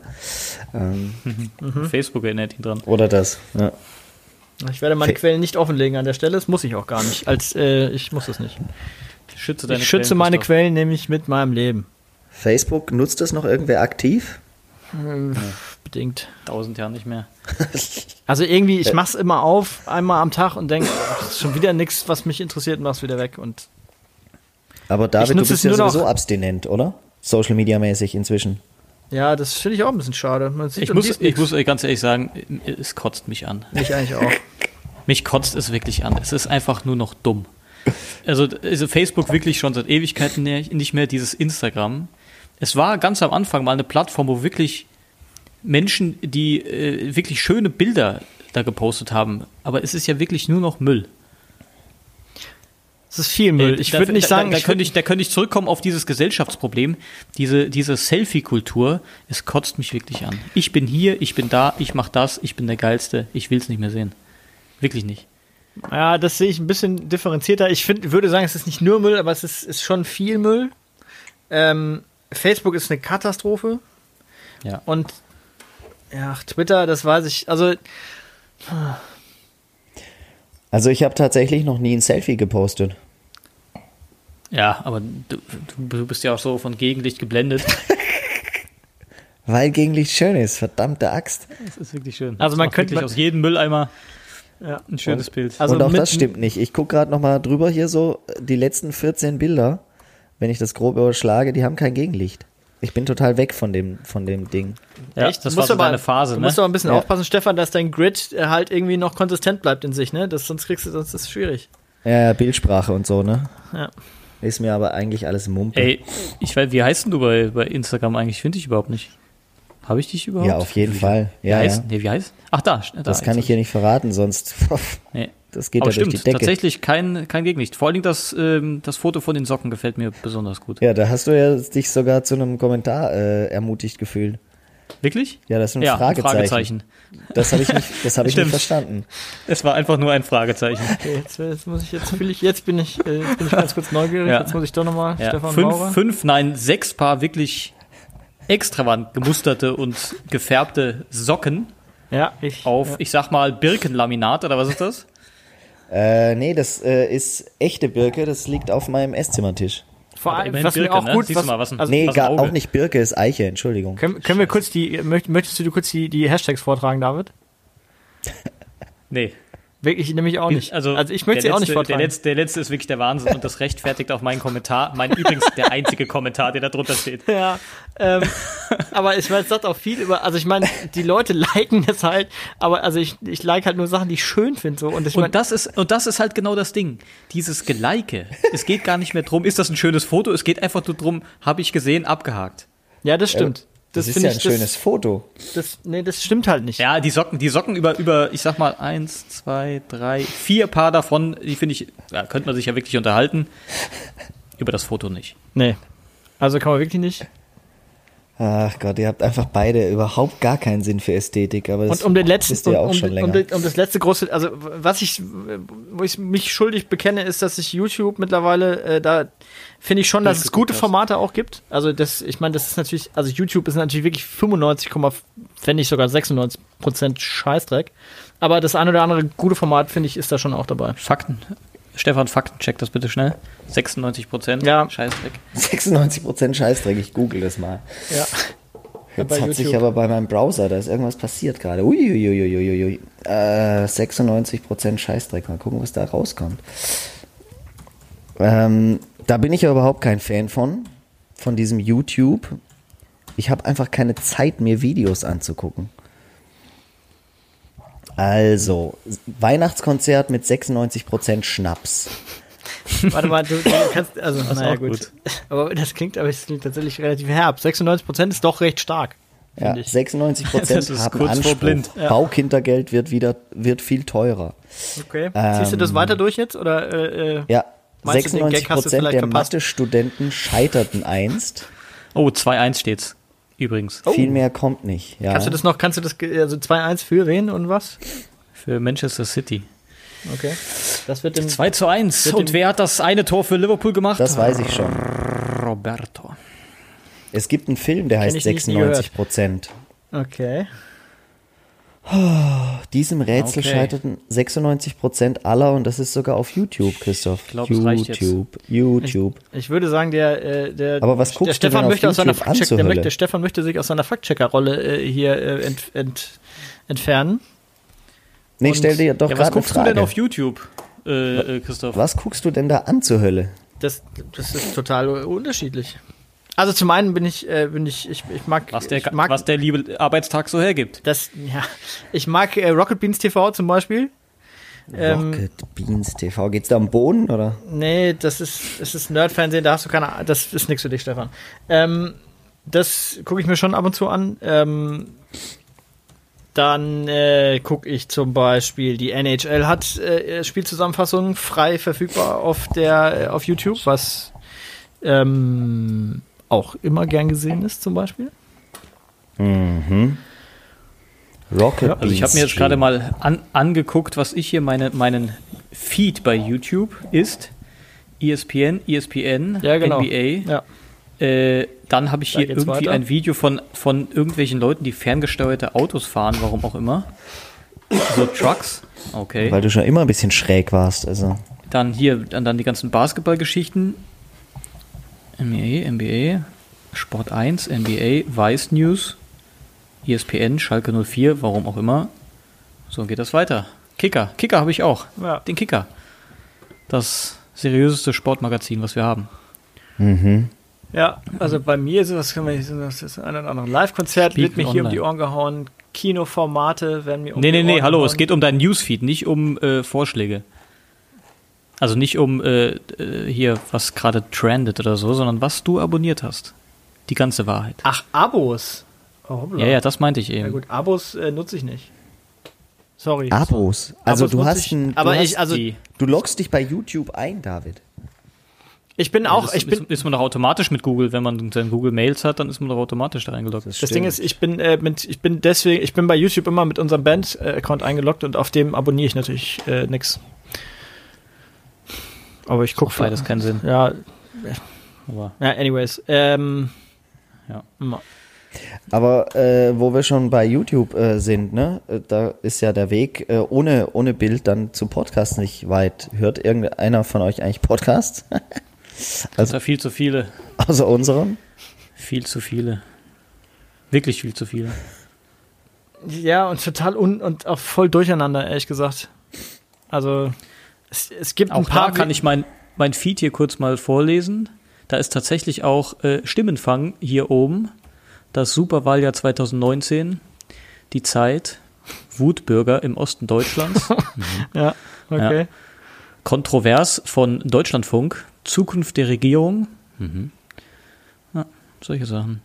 S3: Ähm,
S2: Mhm.
S1: Facebook erinnert ihn dran.
S3: oder das. Ja.
S2: Ich werde meine
S3: Fe-
S2: Quellen nicht offenlegen an der Stelle. Das muss ich auch gar nicht. Als äh, ich muss das nicht.
S1: Schütze deine
S2: Ich schütze
S1: Quellen,
S2: meine
S1: Christoph.
S2: Quellen nämlich mit meinem Leben.
S3: Facebook, nutzt das noch irgendwer aktiv?
S2: Bedingt.
S1: Tausend Jahre nicht mehr.
S2: Also irgendwie,
S3: Äh.
S2: ich mach's immer auf, einmal am Tag und denke, ist schon wieder nichts, was mich interessiert, und mach's wieder weg. Und
S3: Aber David, du
S2: nutze
S3: bist
S2: es
S3: ja
S2: nur noch-
S3: sowieso abstinent, oder? Social Media mäßig inzwischen.
S2: ja, das finde ich auch ein bisschen schade. Man sieht
S1: Ich
S2: und
S1: muss,
S2: liest
S1: ich
S2: nichts.
S1: muss euch ganz ehrlich sagen, es kotzt mich an.
S2: mich eigentlich auch.
S1: Mich kotzt es wirklich an. Es ist einfach nur noch dumm. Also, also Facebook wirklich schon seit Ewigkeiten nä- nicht mehr dieses Instagram. Es war ganz am Anfang mal eine Plattform, wo wirklich Menschen, die äh, wirklich schöne Bilder da gepostet haben. Aber es ist ja wirklich nur noch Müll.
S2: Es ist viel Müll.
S1: Äh,
S2: Ich
S1: da-
S2: würde nicht
S1: da,
S2: sagen,
S1: da, da,
S2: ich
S1: könnte
S2: würde
S1: ich, da könnte ich zurückkommen auf dieses Gesellschaftsproblem, diese, diese Selfie-Kultur. Es kotzt mich wirklich an. Ich bin hier, ich bin da, ich mache das, ich bin der Geilste, ich will es nicht mehr sehen. Wirklich nicht.
S2: Ja, das sehe ich ein bisschen differenzierter. Ich find, würde sagen, es ist nicht nur Müll, aber es ist, ist schon viel Müll. Ähm, Facebook ist eine Katastrophe.
S1: Ja.
S2: Und ja, Twitter, das weiß ich. Also,
S3: Also ich habe tatsächlich noch nie ein Selfie gepostet.
S1: Ja, aber du, du bist ja auch so von Gegenlicht geblendet.
S3: Weil Gegenlicht schön ist, verdammte Axt.
S1: Das ist wirklich schön.
S2: Also
S1: Das
S2: man
S1: macht
S2: könnte-
S1: wirklich aus jedem Mülleimer
S2: ja.
S1: ein schönes Bild.
S2: Also
S3: und auch
S2: mit-
S3: das stimmt nicht. Ich gucke gerade nochmal drüber hier so, äh, die letzten 14 Bilder, wenn ich das grob überschlage, die haben kein Gegenlicht. Ich bin total weg von dem, von dem Ding.
S1: ja,
S2: Echt?
S1: das
S2: Du musst
S1: war so
S2: aber-
S1: deine Phase,
S2: Du
S1: ne?
S2: musst aber ein bisschen
S3: Ja.
S2: aufpassen, Stefan, dass dein Grid äh, halt irgendwie noch konsistent bleibt in sich, ne? Das, sonst kriegst du, sonst ist es schwierig.
S3: Ja, ja, Bildsprache und so, ne?
S2: Ja.
S3: Ist mir aber eigentlich alles Mumpe.
S1: Ey, ich weiß, wie heißt denn du bei, bei Instagram eigentlich? Finde ich überhaupt nicht. Habe ich dich überhaupt?
S3: ja, auf jeden Fall.
S1: Wie
S3: Ja,
S1: heißt?
S3: ja.
S1: Nee, wie heißt? Ach, da. da
S3: Das kann ich hier nicht verraten, sonst
S1: Nee.
S3: das geht
S1: Aber
S3: ja durch
S1: stimmt,
S3: die Decke.
S1: tatsächlich kein, kein Gegenlicht. Vor allen Dingen das, ähm, das Foto von den Socken gefällt mir besonders gut.
S3: Ja, da hast du ja dich sogar zu einem Kommentar äh, ermutigt gefühlt.
S1: Wirklich?
S3: Ja, das ist ein
S1: Ja, ein
S3: Fragezeichen.
S1: Fragezeichen.
S3: Das habe ich nicht, das habe ich nicht
S1: Stimmt.
S3: verstanden.
S1: Es war einfach nur ein Fragezeichen.
S2: Okay, jetzt, jetzt muss ich, jetzt fühle ich, jetzt bin ich, äh, jetzt bin ich ganz kurz neugierig.
S1: Ja.
S2: Jetzt muss ich doch nochmal
S1: Ja,
S2: Stefan
S1: fünf,
S2: Maurer.
S1: fünf, nein, sechs Paar wirklich extravagant gemusterte und gefärbte Socken
S2: Ja, ich.
S1: auf, ich sag mal, Birkenlaminat oder was ist das?
S3: Äh, nee, das äh, ist echte Birke, das liegt auf meinem Esszimmertisch.
S2: Vor
S1: Aber
S2: allem,
S1: immerhin
S2: was mir
S1: Birke,
S2: auch
S1: ne?
S2: gut
S1: Siehst du mal, was ein-
S2: also,
S3: Nee,
S1: was ein
S3: gar,
S1: Auge.
S3: auch nicht Birke, ist Eiche, Entschuldigung.
S2: Können, können wir kurz die, möcht- möchtest du kurz die, die Hashtags vortragen, David?
S1: Nee.
S2: Wirklich nämlich auch nicht.
S1: Also,
S2: ich möchte sie
S1: der
S2: auch
S1: letzte,
S2: nicht
S1: der
S2: vortragen.
S1: letzte, der letzte ist wirklich der Wahnsinn und das rechtfertigt auch meinen Kommentar, mein übrigens der einzige Kommentar, der da drunter steht.
S2: Ja, ähm, aber ich meine, es sagt auch viel über, also ich meine, die Leute liken das halt, aber also ich, ich like halt nur Sachen, die ich schön finde so und ich meine,
S1: Und das ist, und das ist halt genau das Ding. Dieses Geleike. Es geht gar nicht mehr drum, ist das ein schönes Foto? Es geht einfach nur drum, habe ich gesehen, abgehakt.
S2: ja, das stimmt.
S3: das ist
S2: finde
S3: ja ein
S2: ich,
S3: schönes Foto.
S2: Das, das, nee, das stimmt halt nicht.
S1: Ja, die Socken, die Socken über, über, ich sag mal, eins, zwei, drei, vier Paar davon, die finde ich, da könnte man sich ja wirklich unterhalten. Über das Foto nicht.
S2: Nee. Also kann man wirklich nicht.
S3: Ach Gott, ihr habt einfach beide überhaupt gar keinen Sinn für Ästhetik. Aber das
S2: Und um den letzten,
S3: wisst ihr
S2: um,
S3: auch
S2: um,
S3: schon länger.
S2: um, den- um das letzte große, also was ich, wo ich mich schuldig bekenne, ist, dass ich YouTube mittlerweile, äh, da finde ich schon, dass es gute Formate auch gibt. Also das, ich meine, das ist natürlich, also YouTube ist natürlich wirklich 95, wenn nicht sogar 96 Prozent Scheißdreck. Aber das ein oder andere gute Format, finde ich, ist da schon auch dabei.
S1: Fakten. Stefan, Fakten, check das bitte schnell. 96 Prozent.
S2: Ja.
S1: Scheißdreck.
S3: 96% Scheißdreck, ich google das mal.
S2: Ja.
S3: Jetzt
S2: Bei
S3: hat sich
S2: YouTube.
S3: aber bei meinem Browser, da ist irgendwas passiert gerade. Uiuiuiuiui. Äh, 96% Scheißdreck. Mal gucken, was da rauskommt. Ähm, da bin ich ja überhaupt kein Fan von, von diesem YouTube. Ich habe einfach keine Zeit, mir Videos anzugucken. Also, Weihnachtskonzert mit 96% Schnaps.
S2: Warte mal, du, du kannst, also naja
S1: auch
S2: gut.
S1: gut.
S2: Aber das klingt, aber es klingt tatsächlich relativ herb. 96 Prozent ist doch recht stark.
S3: Ja,
S2: finde ich.
S3: 96 Prozent
S1: Das ist
S3: haben
S1: kurz vor
S3: Anspruch.
S1: blind,
S3: Baukindergeld wird wieder wird viel teurer.
S2: Okay. Ziehst du das weiter durch jetzt oder? Äh, äh,
S3: Ähm. Ja,
S2: Meinst du, den Gag hast
S3: 96
S2: du
S3: Prozent
S2: vielleicht
S3: der
S2: verpasst?
S3: Mathestudenten scheiterten einst.
S1: Oh, 2-1 steht's. Übrigens.
S3: Viel mehr kommt nicht. Ja.
S2: Kannst du das noch, kannst du das, ge- also 2-1 für wen und was?
S1: Für Manchester City.
S2: Okay. Das wird im,
S1: 2 zu 1.
S2: Mit
S1: Und
S2: dem-
S1: wer hat das eine Tor für Liverpool gemacht?
S3: Das weiß ich schon.
S1: Roberto.
S3: Es gibt einen Film, der heißt
S2: ich nicht, nie gehört.
S3: 96 Prozent.
S2: okay.
S3: Diesem Rätsel
S1: Okay.
S3: scheiterten 96% aller und das ist sogar auf YouTube, Christoph.
S1: glaub, es reicht jetzt.
S3: YouTube, YouTube.
S2: Ich würde sagen, der, äh, der,
S3: Aber was guckst
S2: der
S3: du denn
S2: Stefan
S3: auf
S2: möchte aus seiner
S3: YouTube
S2: Faktcheck,
S3: an zur
S2: der, möchte,
S3: Hölle?
S2: der Stefan möchte sich aus seiner Faktchecker-Rolle äh, hier äh, ent, ent, entfernen.
S3: nee, stell dir doch
S1: Ja, was
S3: gerade eine
S1: guckst du
S3: Frage.
S1: denn auf YouTube, äh, äh, Christoph?
S3: was guckst du denn da an zur Hölle?
S2: Das, das ist total unterschiedlich. Also zum einen bin ich, äh, bin ich, ich, ich mag,
S1: Was der,
S2: ich mag
S1: was der liebe Arbeitstag so hergibt.
S2: das, ja, ich mag äh, Rocket Beans TV zum Beispiel. Ähm,
S3: Rocket Beans TV. Geht's da am Boden oder?
S2: Nee, das ist, das ist Nerdfernsehen, da hast du keine Ah- Das ist nichts für dich, Stefan. Ähm, das gucke ich mir schon ab und zu an. Ähm, dann äh, gucke ich zum Beispiel, die NHL hat äh, Spielzusammenfassungen frei verfügbar auf der äh, auf YouTube, was ähm, auch immer gern gesehen ist, zum Beispiel.
S3: Mhm. Rocket Beans.
S1: Also ich habe mir jetzt
S3: Stream.
S1: gerade mal an, angeguckt, was ich hier meine, meinen Feed bei YouTube ist. E ESPN, ESPN, NBA.
S2: genau. Ja.
S1: Äh, dann habe ich
S2: Da
S1: hier
S2: geht's
S1: irgendwie
S2: weiter.
S1: ein Video von, von irgendwelchen Leuten, die ferngesteuerte Autos fahren, warum auch immer. So Trucks. Okay.
S3: Weil du schon immer ein bisschen schräg warst, also.
S1: Dann hier, dann, dann die ganzen Basketballgeschichten. NBA, NBA, Sport 1, NBA, Vice News, E ESPN, Schalke 04, warum auch immer. So geht das weiter. Kicker, Kicker habe ich auch.
S2: Ja.
S1: Den Kicker. Das seriöseste Sportmagazin, was wir haben.
S3: Mhm.
S2: Ja, also bei mir ist es, was kann man sagen, das ist ein oder andere Live-Konzert,
S1: Spiegel
S2: wird mir hier um
S1: Online.
S2: die Ohren gehauen, Kinoformate werden mir um
S1: nee,
S2: die
S1: nee, nee,
S2: Ohren
S1: hallo,
S2: gehauen.
S1: es geht um deinen Newsfeed, nicht um äh, Vorschläge. Also nicht um äh, äh, hier, was gerade trendet oder so, sondern was du abonniert hast. Die ganze Wahrheit.
S2: Ach, Abos. Oh, hoppla.
S1: Ja, ja, das meinte ich
S2: Na
S1: eben.
S2: gut, Abos äh, nutze ich nicht. Sorry.
S3: Abos. Also
S2: Abos
S3: du
S2: nutze
S3: hast
S2: ich.
S3: ein, du
S2: Aber
S3: hast
S2: ich, also,
S1: die-
S3: Du loggst dich bei YouTube ein, David.
S2: ich bin
S1: Ja,
S2: auch,
S1: das
S2: ich bin,
S1: ist, ist man doch automatisch mit Google, wenn man seine Google Mails hat, dann ist man doch automatisch da eingeloggt.
S3: Das
S2: das Ding ist, ich bin, äh, mit, ich bin deswegen, ich bin bei YouTube immer mit unserem Band-Account eingeloggt und auf dem abonniere ich natürlich äh, nix. Aber ich gucke
S1: Beides keinen Sinn.
S2: Ja,
S1: Aber
S2: ja, anyways. Ähm,
S1: Ja.
S3: Aber äh, wo wir schon bei YouTube äh, sind, ne, äh, da ist ja der Weg äh, ohne, ohne Bild dann zu Podcast nicht weit. Hört irgendeiner von euch eigentlich Podcast?
S1: es sind viel zu viele.
S3: Außer unserem?
S1: Viel zu viele. Wirklich viel zu viele.
S2: Ja, und total un und auch voll durcheinander, ehrlich gesagt. Also, es, es gibt ein
S1: Auch
S2: paar.
S1: da kann ich mein, mein Feed hier kurz mal vorlesen. Da ist tatsächlich auch äh, Stimmenfang hier oben. Das Superwahljahr 2019. Die Zeit. Wutbürger im Osten Deutschlands.
S2: Ja, okay.
S1: Kontrovers von Deutschlandfunk. Zukunft der Regierung.
S2: Mhm.
S1: Ja, solche Sachen.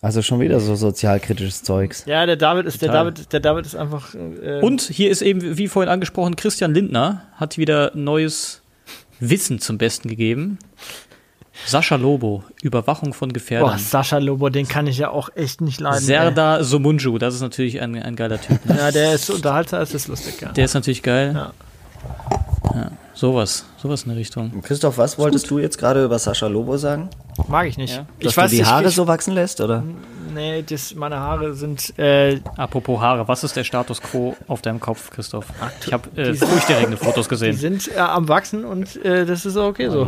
S3: Also schon wieder so sozialkritisches Zeugs.
S2: Ja, der David ist, der
S1: Total.
S2: David, der David ist einfach. Äh,
S1: Und hier ist eben, wie vorhin angesprochen, Christian Lindner hat wieder neues Wissen zum Besten gegeben. Sascha Lobo, Überwachung von
S2: Boah,
S1: Gefährdern.
S2: Sascha Lobo, den kann ich ja auch echt nicht leiden. ey.
S1: Serdar Somunju, das ist natürlich ein, ein geiler Typ. Ne?
S2: Ja, der ist unterhaltsam, es ist lustig, ja.
S1: Der ist natürlich geil.
S2: Ja.
S1: Ja. sowas, sowas in der Richtung.
S3: Christoph, was wolltest du jetzt gerade über Sascha Lobo sagen?
S2: Mag ich nicht.
S1: Ja.
S3: Dass
S2: ich weiß
S3: du die
S2: nicht,
S3: Haare
S2: ich,
S3: so wachsen lässt, oder?
S2: Nee, das, meine Haare sind. Äh,
S1: Apropos Haare, was ist der Status quo auf deinem Kopf, Christoph? Ich habe äh, furchterregende Fotos
S2: die
S1: gesehen.
S2: sind äh, am Wachsen und äh, das ist auch okay so.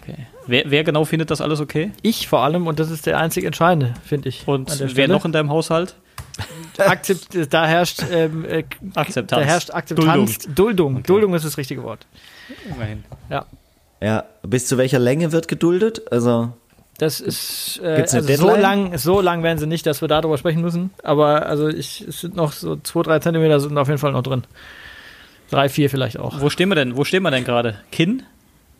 S1: Okay. Wer, wer genau findet das alles okay?
S2: Ich vor allem, und das ist der einzig Entscheidende, finde ich.
S1: Und
S2: an der
S1: wer
S2: Stelle.
S1: noch in deinem Haushalt?
S2: Akzept, da herrscht, ähm, äh, da
S1: Akzeptanz.
S2: herrscht Akzeptanz. Duldung. Duldung. ist das richtige Wort.
S1: Duldung. Immerhin.
S2: Ja.
S3: Ja, bis zu welcher Länge wird geduldet? Also,
S2: Das ist äh,
S3: Gibt's eine
S2: also so
S3: Deadline?
S2: lang, so lang werden sie nicht, dass wir darüber sprechen müssen. Aber also ich, es sind noch so zwei, drei Zentimeter sind auf jeden Fall noch drin. Drei, vier vielleicht auch.
S1: Wo stehen wir denn? Wo stehen wir denn gerade? Kinn?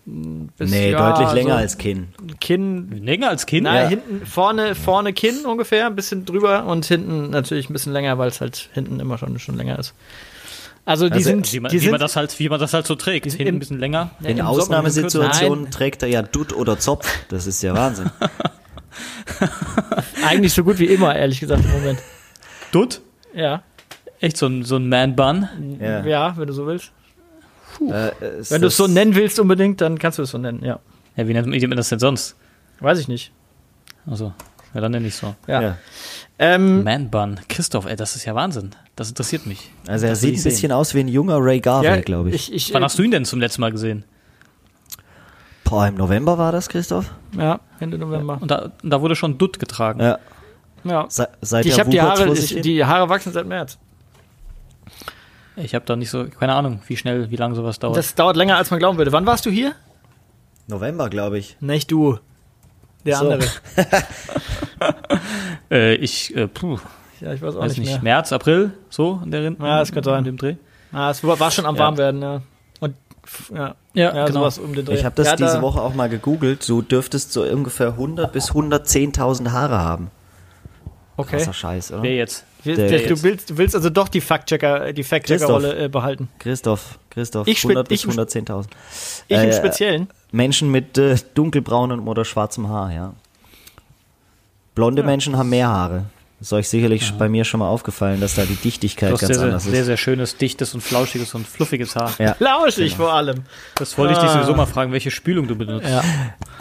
S2: Bis-
S3: nee,
S2: ja,
S3: deutlich länger
S2: so
S3: als Kinn.
S2: Kinn.
S1: Länger als Kinn?
S2: Na,
S3: Ja.
S2: hinten, vorne, vorne Kinn ungefähr, ein bisschen drüber und hinten natürlich ein bisschen länger, weil es halt hinten immer schon, schon länger ist. Also die
S3: Also,
S2: sind,
S1: Wie man,
S2: die
S1: wie, man
S2: sind
S1: das halt, wie man das halt so trägt. Hinten
S2: im-
S1: ein bisschen länger.
S2: ja,
S3: In
S2: im Sommer-
S3: Ausnahmesituationen
S2: Nein,
S3: trägt er ja Dutt oder Zopf. Das ist ja Wahnsinn.
S2: eigentlich so gut wie immer, ehrlich gesagt, im Moment.
S1: Dutt?
S2: Ja,
S1: Echt so ein, so ein Man-Bun.
S3: Ja.
S2: ja, wenn du so willst.
S3: Äh, ist
S2: Wenn du es so
S3: das-
S2: nennen willst unbedingt, dann kannst du es so nennen, ja.
S1: Ja, wie nennt man das denn sonst?
S2: Weiß ich nicht.
S1: Also, Ja, dann nenne ich so.
S2: Ja. Ähm,
S1: Man Bun. Christoph, ey, das ist ja Wahnsinn. Das interessiert mich.
S3: Also er
S1: Das will
S3: sieht
S1: ich
S3: ein
S1: sehen.
S3: bisschen aus wie ein junger Ray Garvey,
S2: ja,
S3: glaube ich.
S2: ich, ich
S1: Wann
S2: äh,
S1: hast du ihn denn zum letzten Mal gesehen?
S3: Boah, im November war das, Christoph?
S2: Ja, Ende November.
S1: Und da, und da wurde schon Dutt getragen.
S3: Ja.
S2: Ja.
S3: Se seit
S2: Ich
S3: der
S2: habe die
S3: wuchert's
S2: Haare,
S3: vor sich
S2: ich,
S3: hin.
S2: die Haare wachsen seit März.
S1: Ich habe da nicht so, keine Ahnung, wie schnell, wie lange sowas dauert.
S2: Das dauert länger, als man glauben würde. Wann warst du hier?
S3: November, glaube ich.
S2: Nicht du. Der
S3: So.
S2: andere.
S1: äh, ich, äh, puh,
S2: Ja, ich weiß auch
S1: weiß
S2: nicht
S1: nicht,
S2: mehr.
S1: März, April, so in der Rin
S2: Ja, das könnte sein.
S1: In dem Dreh.
S2: Ah, es war war schon am
S1: Ja.
S2: warm werden, ja. Und ja,
S1: Ja, genau.
S2: sowas um den Dreh.
S3: Ich habe das
S2: Ja, da-
S3: diese Woche auch mal gegoogelt. Du dürftest so ungefähr 100 bis 110.000 Haare haben.
S2: Okay.
S3: Krasser Scheiß, oder?
S1: Wer jetzt?
S2: Wir-
S3: Der-
S2: der- Du willst, du willst also doch die Fact-Checker, die Fact-Checker-Rolle äh, behalten.
S3: Christoph, Christoph,
S2: Ich spit-
S3: 100 bis
S2: ich im-
S3: 110.000.
S2: Ich im
S3: Äh,
S2: Speziellen.
S3: Menschen mit äh, dunkelbraunem oder schwarzem Haar, ja. Blonde Menschen haben mehr Haare. Das ist euch sicherlich bei mir schon mal aufgefallen, dass da die Dichtigkeit
S1: Du hast
S3: ganz
S1: sehr, sehr,
S3: anders
S1: sehr,
S3: ist.
S1: sehr schönes, dichtes und flauschiges und fluffiges Haar.
S3: Ja.
S2: Lauschig
S3: Genau.
S2: vor allem.
S1: Das wollte ich dich sowieso mal fragen, welche Spülung du benutzt.
S2: Ja.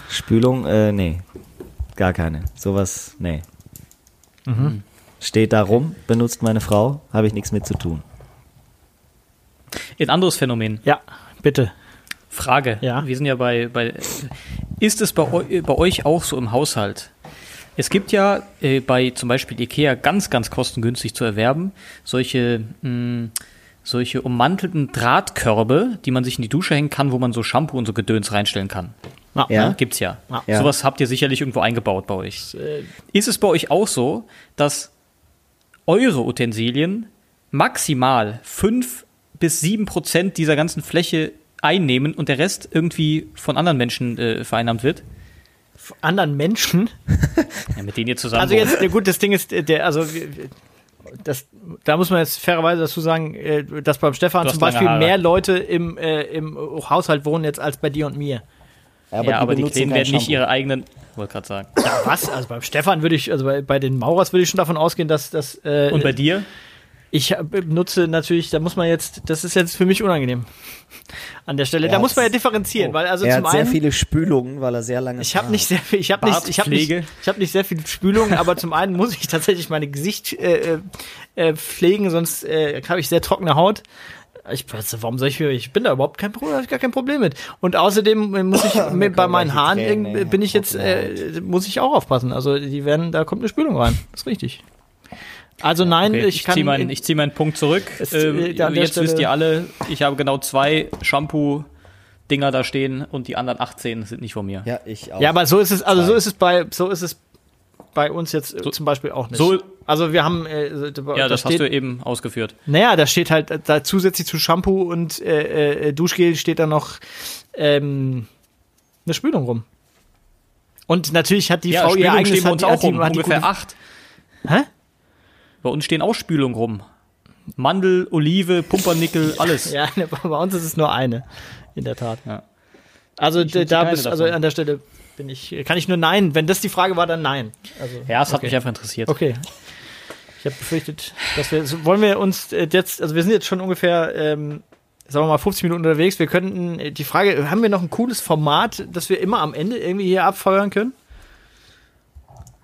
S3: Spülung, äh, nee. Gar keine. Sowas, nee.
S1: Mhm.
S3: Steht da rum, benutzt meine Frau, habe ich nichts mit zu tun.
S1: Ein anderes Phänomen.
S2: Ja, bitte.
S1: Frage.
S2: Ja.
S1: Wir sind ja bei, bei ist es bei, eu, bei euch auch so im Haushalt? Es gibt ja äh, bei zum Beispiel Ikea ganz, ganz kostengünstig zu erwerben solche, mh, solche ummantelten Drahtkörbe, die man sich in die Dusche hängen kann, wo man so Shampoo und so Gedöns reinstellen kann.
S2: Na,
S3: Ja.
S1: Ne? Gibt's ja. äh,
S3: Ja.
S1: Sowas habt ihr sicherlich irgendwo eingebaut bei euch. Ist es bei euch auch so, dass eure Utensilien maximal 5 bis 7 Prozent dieser ganzen Fläche einnehmen und der Rest irgendwie von anderen Menschen äh, vereinnahmt wird?
S2: Anderen Menschen.
S1: Ja, mit denen ihr zusammen.
S2: Also jetzt, ja, gut, das Ding ist, äh, der, also wir- wir- das, da muss man jetzt fairerweise dazu sagen, äh, dass beim Stefan
S1: Du hast
S2: zum Beispiel
S1: lange Haare.
S2: mehr Leute im, äh, im Haushalt wohnen jetzt als bei dir und mir.
S1: aber ja, aber die
S3: benutzen
S1: Kleinen
S3: kein
S1: werden nicht
S3: Shampoo.
S1: ihre eigenen. Wollte gerade sagen.
S2: Ja, was? Also beim Stefan würde ich, also bei, bei den Maurers würde ich schon davon ausgehen, dass das. Äh,
S1: Und bei dir?
S2: Ich hab- nutze natürlich, da muss man jetzt, das ist jetzt für mich unangenehm an der Stelle.
S3: Er
S2: da muss man ja
S3: hat's-
S2: differenzieren, weil also
S3: er
S2: zum
S3: hat sehr
S2: einen
S3: viele Spülungen, weil er sehr lange.
S2: ich habe nicht sehr viel, ich habe nicht, ich habe nicht,
S1: Bartpflege.
S2: ich habe nicht sehr viel Spülung, aber zum einen muss ich tatsächlich meine Gesicht äh, äh, pflegen, sonst äh, habe ich sehr trockene Haut. Ich weiß, warum soll ich mir, ich bin da überhaupt kein Problem, hab ich gar kein Problem mit. Und außerdem äh, muss ich mit, bei meinen
S3: kommen gleich die
S2: Haaren
S3: Tränen,
S2: irgendwie-
S3: ey,
S2: bin ich jetzt
S3: trockene
S2: äh, muss ich auch aufpassen. Also die werden, da kommt eine Spülung rein, ist richtig. Also nein,
S1: Okay,
S2: ich,
S1: ich
S2: kann
S1: ziehe meinen, ich zieh meinen Punkt zurück.
S2: Es-
S1: Ähm,
S2: äh, an der
S1: jetzt wisst
S2: Stelle-
S1: ihr alle, ich habe genau zwei Shampoo-Dinger da stehen und die anderen 18 sind nicht von mir.
S3: Ja, ich auch.
S2: Ja, aber so ist es, also so ist es bei, so ist es bei uns jetzt äh, zum Beispiel auch nicht.
S1: so-
S2: also wir haben, äh, so- da,
S1: Ja,
S2: da
S1: das
S2: steht,
S1: hast du eben ausgeführt.
S2: Naja, da steht halt, äh, da zusätzlich zu Shampoo und äh, äh, Duschgel steht da noch ähm, eine Spülung rum. Und natürlich hat die
S1: ja,
S2: Frau ihr
S1: Spülung
S2: eigenes
S1: stehen bei uns
S2: hat, hat
S1: auch
S2: die,
S1: rum,
S2: hat die
S1: ungefähr
S2: gute,
S1: acht.
S2: Hä?
S1: Bei uns stehen auch Spülungen rum. Mandel, Olive, Pumpernickel, alles.
S2: Ja, ne, bei uns ist es nur eine, in der Tat.
S1: Ja.
S2: Also d-
S1: nutze
S2: da
S1: keine
S2: bist, also
S1: davon.
S2: an der Stelle bin ich, kann ich nur nein. Wenn das die Frage war, dann nein. Also,
S1: Ja, es hat
S2: Okay.
S1: mich einfach interessiert.
S2: Okay. Ich habe befürchtet, dass wir. so, Wollen wir uns äh, jetzt, also wir sind jetzt schon ungefähr, ähm, sagen wir mal, 50 Minuten unterwegs. Wir könnten äh, die Frage, haben wir noch ein cooles Format, das wir immer am Ende irgendwie hier abfeuern können?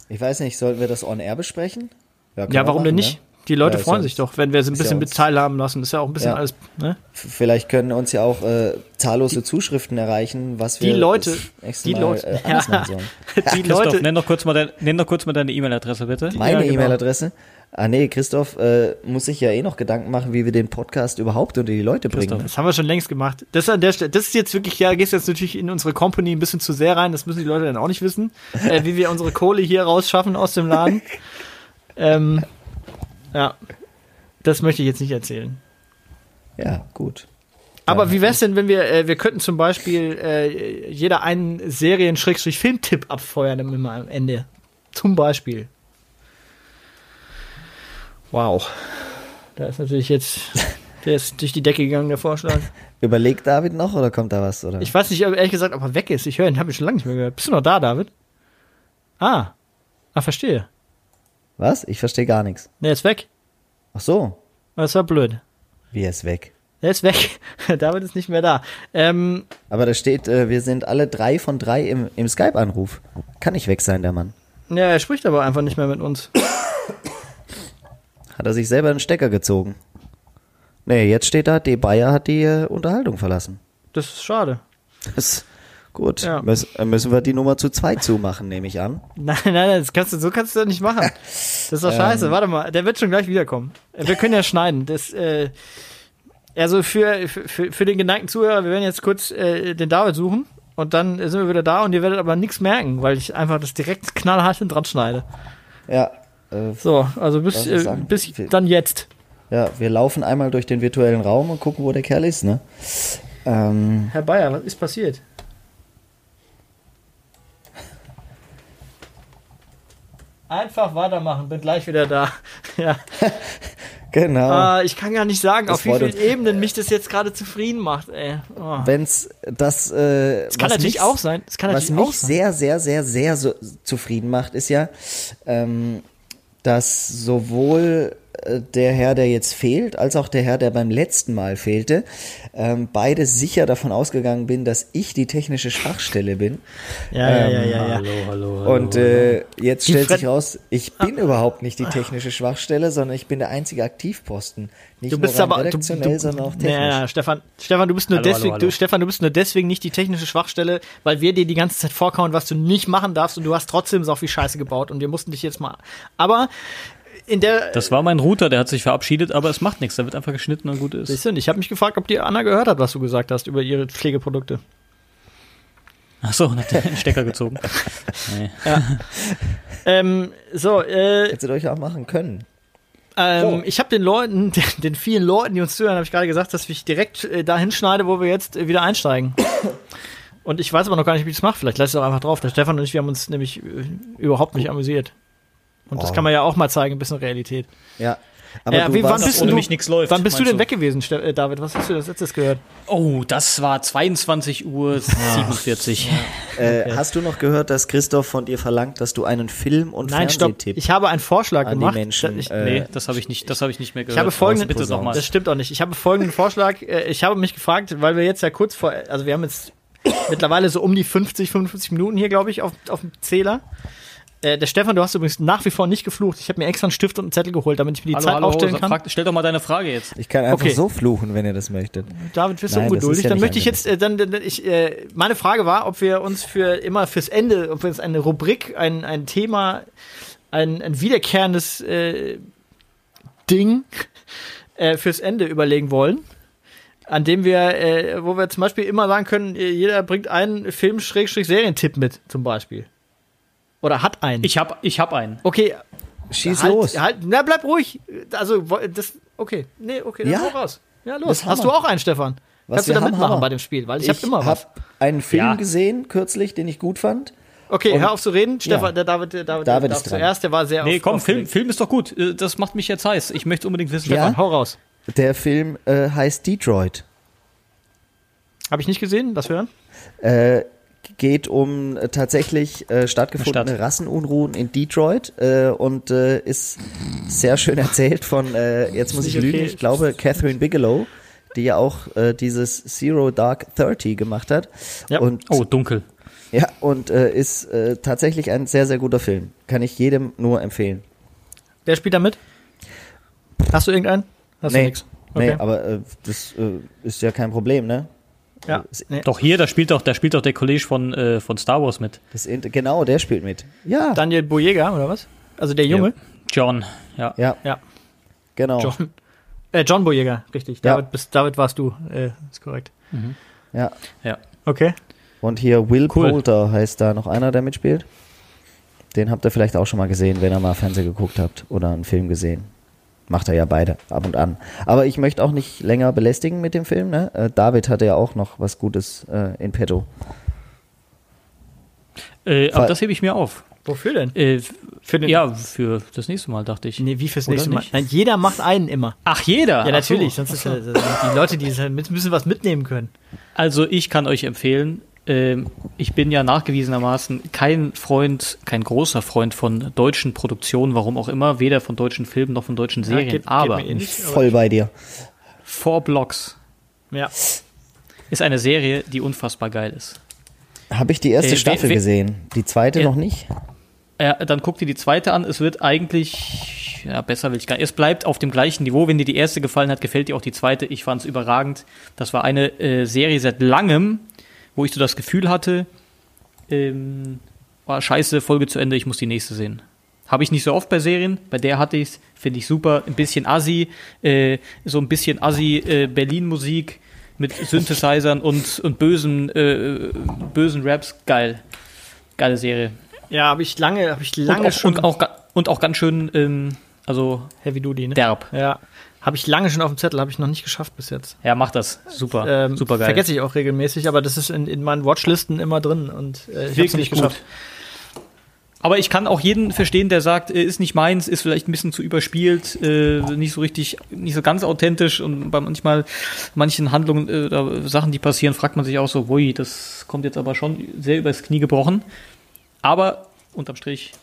S3: Ich weiß nicht, sollten wir das on air besprechen? können
S2: Ja,
S3: wir
S2: warum denn
S3: machen,
S2: nicht?
S3: ne?
S2: Die Leute
S3: Ja, ist
S2: freuen
S3: ja
S2: sich
S3: uns-
S2: doch, wenn wir es ein
S3: ist ja
S2: bisschen
S3: uns-
S2: mit teilhaben lassen. Ist ja auch ein bisschen
S3: Ja.
S2: alles. Ne?
S3: F- Vielleicht können uns ja auch äh, zahllose Zuschriften erreichen, was wir
S2: Die Leute,
S3: das nächste
S2: die
S3: Mal,
S2: Leute.
S3: äh, anders
S2: Ja.
S3: machen sollen.
S2: Die
S3: ne?
S1: Christoph,
S2: Leute.
S1: nenn doch kurz mal, dein, nenn doch kurz mal deine E-Mail-Adresse, bitte.
S3: Meine
S2: Ja, genau.
S3: E-Mail-Adresse. Ah nee, Christoph äh, muss sich ja eh noch Gedanken machen, wie wir den Podcast überhaupt unter die Leute bringen.
S2: Das haben wir schon längst gemacht. Das an der Stelle, das ist jetzt wirklich, ja, gehst jetzt natürlich in unsere Company ein bisschen zu sehr rein, das müssen die Leute dann auch nicht wissen, äh, wie wir unsere Kohle hier rausschaffen aus dem Laden. ähm, ja, das möchte ich jetzt nicht erzählen.
S3: Ja, gut.
S2: Aber wie wär's denn, wenn wir, äh, wir könnten zum Beispiel äh, jeder einen Serien-Filmtipp abfeuern am- immer am Ende. Zum Beispiel. Wow. Da ist natürlich jetzt, der ist durch die Decke gegangen, der Vorschlag.
S3: Überlegt David noch oder kommt da was? Oder?
S2: Ich weiß nicht, ob- ehrlich gesagt, ob er weg ist. Ich höre ihn, habe ich schon lange nicht mehr gehört. Bist du noch da, David? Ah. Ah, verstehe.
S3: was? Ich verstehe gar nichts.
S2: Ne, er ist weg. Ah,
S3: Ach so,
S2: Das war blöd.
S3: wie er ist weg.
S2: Er ist weg. David ist nicht mehr da. Ähm,
S3: Aber da steht, äh, wir sind alle drei von drei im, im Skype-Anruf. Kann nicht weg sein, der Mann.
S2: Ja, er spricht aber einfach nicht mehr mit uns.
S3: Hat er sich selber den Stecker gezogen. Nee, jetzt steht da, De Bayer hat die äh, Unterhaltung verlassen.
S2: Das ist schade.
S3: Das, gut,
S2: Ja.
S3: müssen, äh, müssen wir die Nummer zu zweit zumachen, nehme ich an.
S2: Nein, nein, nein, das kannst du, so kannst du das nicht machen. Das ist doch scheiße. Warte mal, der wird schon gleich wiederkommen. Äh, Wir können ja schneiden. Das, äh, also für, für, für den geneigten Zuhörer, wir werden jetzt kurz äh, den David suchen und dann sind wir wieder da und ihr werdet aber nichts merken, weil ich einfach das direkt knallhart hin dran schneide.
S3: Ja, äh,
S2: So, also bis,
S3: Lass uns
S2: äh,
S3: sagen,
S2: bis
S3: viel-
S2: dann jetzt.
S3: ja, wir laufen einmal durch den virtuellen Raum und gucken, wo der Kerl ist, ne? Ähm,
S2: Herr Bayer, was ist passiert? Einfach weitermachen, bin gleich wieder da. Ja.
S3: genau.
S2: Ah, ich kann gar nicht sagen,
S3: Das
S2: auf wie
S3: freut
S2: vielen
S3: uns.
S2: Ebenen mich das jetzt gerade zufrieden macht, ey. Oh.
S3: Wenn's das, äh,
S2: Das kann
S3: was
S2: natürlich
S3: mich-
S2: auch sein. Das kann
S3: was
S2: natürlich
S3: mich
S2: auch sein.
S3: sehr, sehr, sehr, sehr so, zufrieden macht, ist ja, ähm, dass sowohl äh, der Herr, der jetzt fehlt, als auch der Herr, der beim letzten Mal fehlte, ähm, beide sicher davon ausgegangen bin, dass ich die technische Schwachstelle bin.
S2: Ja, ja, ja,
S3: Ähm,
S2: ja, ja.
S3: Und äh, jetzt
S2: Die
S3: stellt sich
S2: Fred- Ah.
S3: raus, ich bin überhaupt nicht die technische Schwachstelle, sondern ich bin der einzige Aktivposten. Nicht
S2: Du bist
S3: nur rein
S2: aber du,
S3: redaktionell,
S2: du,
S3: sondern auch technisch.
S2: Ja, ja, Stefan, Stefan, du bist nur
S1: Hallo, hallo,
S2: deswegen,
S1: hallo.
S2: Du, Stefan, du bist nur deswegen nicht die technische Schwachstelle, weil wir dir die ganze Zeit vorkauen, was du nicht machen darfst und du hast trotzdem so viel Scheiße gebaut und wir mussten dich jetzt mal. Aber in der
S1: Das war mein Router, der hat sich verabschiedet, aber es macht nichts. Da wird einfach geschnitten und gut ist.
S2: Siehst du, und ich habe mich gefragt, ob die Anna gehört hat, was du gesagt hast über ihre Pflegeprodukte.
S1: Achso, und hat den Stecker gezogen. Nee.
S2: Ähm, so, äh,
S3: Hättet ihr euch auch machen können.
S2: Ähm, Ich habe den Leuten, den, den vielen Leuten, die uns zuhören, habe ich gerade gesagt, dass ich direkt äh, dahin schneide, wo wir jetzt äh, wieder einsteigen. Und ich weiß aber noch gar nicht, wie ich das mache. Vielleicht lasse ich es auch einfach drauf. Der Stefan und ich, wir haben uns nämlich äh, überhaupt nicht amüsiert. Und das
S3: Oh.
S2: kann man ja auch mal zeigen, ein bisschen Realität.
S3: Ja. Aber
S2: Äh,
S3: du
S2: wie- wann
S3: warst
S2: bist
S1: Ohne
S2: du-
S1: mich nichts läuft.
S2: Wann bist du
S1: meinst
S2: denn weg gewesen, Ste äh, David? Was hast du das letztes gehört?
S1: Oh, das war 22 Uhr 47.
S3: Äh, Hast du noch gehört, dass Christoph von dir verlangt, dass du einen Film und
S2: Nein, stopp.
S3: Fernsehtipp
S2: Ich habe einen Vorschlag
S3: an Ah, die
S2: gemacht.
S3: Menschen
S2: Ich,
S3: äh,
S1: Nee, das habe ich nicht, das habe ich nicht mehr gehört.
S2: habe folgenden-
S1: bitte noch mal.
S2: Das stimmt auch nicht. Ich habe folgenden Vorschlag. Äh, Ich habe mich gefragt, weil wir jetzt ja kurz vor, also wir haben jetzt mittlerweile so um die 50, 55 Minuten hier, glaube ich, auf, auf dem Zähler. Äh, der Stefan, du hast übrigens nach wie vor nicht geflucht. Ich habe mir extra einen Stift und einen Zettel geholt, damit ich mir die
S1: hallo,
S2: Zeit
S1: hallo,
S2: aufstellen kann.
S1: frag, stell doch mal deine Frage jetzt.
S3: Ich kann einfach
S2: Okay.
S3: so fluchen, wenn ihr das möchtet.
S2: David, wirst du
S3: Nein, das
S2: ungeduldig?
S3: ist ja
S2: dann
S3: nicht
S2: möchte ich jetzt, äh, dann, dann ich, äh, meine Frage war, ob wir uns für immer fürs Ende, ob wir uns eine Rubrik, ein, ein Thema, ein, ein wiederkehrendes äh, Ding äh, fürs Ende überlegen wollen, an dem wir, äh, wo wir zum Beispiel immer sagen können, äh, jeder bringt einen Film-Serientipp mit, zum Beispiel. Oder hat einen.
S1: Ich habe ich hab einen.
S2: okay,
S3: Schieß
S2: halt,
S3: los.
S2: Halt, na, bleib ruhig. Also, wo- das, okay. Nee, okay, dann
S3: Ja?
S2: hau raus. Ja, los.
S3: Das
S2: Hast
S3: Hammer.
S2: du auch einen, Stefan?
S3: Was
S2: Kannst du
S3: wir
S2: da
S3: haben,
S2: mitmachen
S3: Hammer.
S2: bei dem Spiel? Weil ich, hab immer was.
S3: hab einen Film
S1: Ja.
S3: gesehen kürzlich, den ich gut fand.
S2: Okay,
S3: und-
S2: hör auf zu reden. Stefan,
S3: Ja.
S2: der David, der David,
S3: David
S2: darf
S3: ist dran.
S2: zuerst, der war sehr
S1: Nee,
S2: auf-
S1: komm, Film,
S2: aufgeregt.
S1: Film ist doch gut. Äh, Das macht mich jetzt heiß. Ich möchte unbedingt wissen.
S3: Ja?
S2: Stefan, hau raus.
S3: Der Film äh, heißt Detroit.
S2: Habe ich nicht gesehen, das hören?
S3: Äh, geht um äh, tatsächlich äh, stattgefundene
S1: Stadt.
S3: Rassenunruhen in Detroit äh, und äh, ist sehr schön erzählt von, äh, jetzt muss
S2: Ist
S3: ich
S2: nicht
S3: lügen,
S2: okay.
S3: ich glaube Catherine Bigelow, die ja auch äh, dieses Zero Dark Thirty gemacht hat.
S2: Ja.
S3: Und
S1: Oh, dunkel.
S3: Ja, und äh, ist äh, tatsächlich ein sehr, sehr guter Film. Kann ich jedem nur empfehlen.
S2: Wer spielt da mit? Hast du irgendeinen? Hast du nix?
S3: nee aber äh, das äh, ist ja kein Problem, ne?
S2: ja. nee.
S1: Doch hier, da spielt doch, da spielt doch der Kollege von, äh, von Star Wars mit.
S3: Das, Int- genau, der spielt mit. Ja,
S2: Daniel Boyega, oder was? Also der Junge?
S1: Ja. John, ja.
S3: ja,
S2: Ja.
S3: genau.
S2: John. Äh, John Boyega, richtig.
S3: Ja.
S2: David, bist, David warst du. Äh, ist korrekt.
S3: Ja.
S1: ja.
S2: Okay.
S3: Und hier Will
S1: Cool.
S3: Poulter heißt da noch einer, der mitspielt. Den habt ihr vielleicht auch schon mal gesehen, wenn ihr mal Fernsehen geguckt habt oder einen Film gesehen. Macht er ja beide, ab und an. Aber ich möchte auch nicht länger belästigen mit dem Film. Ne? Äh, David hatte ja auch noch was Gutes äh, in petto.
S1: Äh, aber
S3: Fall-
S1: das hebe ich mir auf.
S2: Wofür denn?
S1: Äh, f-
S2: Für den
S1: ja, für das nächste Mal, dachte ich.
S2: Nee, wie fürs
S1: Oder
S2: nächste Mal.
S1: nicht?
S2: Nein, jeder macht einen immer.
S1: Ach, jeder?
S2: Ja,
S1: Ach so.
S2: natürlich. Sonst ist ja, die Leute, die halt mit- müssen was mitnehmen können.
S1: Also ich kann euch empfehlen, ähm, ich bin ja nachgewiesenermaßen kein Freund, kein großer Freund von deutschen Produktionen, warum auch immer, weder von deutschen Filmen noch von deutschen Serien.
S2: geht- geht
S1: aber
S2: mir eh ähnlich. aber-
S3: Voll bei dir.
S1: Four Blocks
S2: Ja.
S1: ist eine Serie, die unfassbar geil ist.
S3: Habe ich die erste
S1: Äh, wer-
S3: Staffel
S1: wer-
S3: gesehen, die zweite
S1: Äh,
S3: noch nicht.
S1: äh, dann guck dir die zweite an. Es wird eigentlich, ja, besser will ich gar nicht. Es bleibt auf dem gleichen Niveau. Wenn dir die erste gefallen hat, gefällt dir auch die zweite. Ich fand es überragend. Das war eine äh, Serie seit langem, wo ich so das Gefühl hatte, ähm, war scheiße, Folge zu Ende, ich muss die nächste sehen. Habe ich nicht so oft bei Serien. Bei der hatte ich es, finde ich super. Ein bisschen Assi, äh, so ein bisschen Assi äh, Berlin-Musik mit Synthesizern und, und bösen, äh, bösen Raps. Geil. Geile Serie.
S2: Ja, habe ich lange, habe ich lange
S1: und auch,
S2: schon
S1: und auch, ga- und auch ganz schön, ähm, also
S2: Heavy Duty, ne?
S1: derb.
S2: Ja, habe ich lange schon auf dem Zettel, habe ich noch nicht geschafft bis jetzt.
S1: Ja, mach das. Super.
S2: Ähm,
S1: super geil.
S2: Vergesse ich auch regelmäßig, aber das ist in, in meinen Watchlisten immer drin und äh, ich hab's
S1: Wirklich
S2: noch nicht
S1: gut.
S2: geschafft.
S1: Aber ich kann auch jeden verstehen, der sagt, äh, ist nicht meins, ist vielleicht ein bisschen zu überspielt, äh, nicht so richtig, nicht so ganz authentisch und bei manchmal manchen Handlungen äh, oder Sachen, die passieren, fragt man sich auch so, wui, das kommt jetzt aber schon sehr übers Knie gebrochen. Aber unterm Strich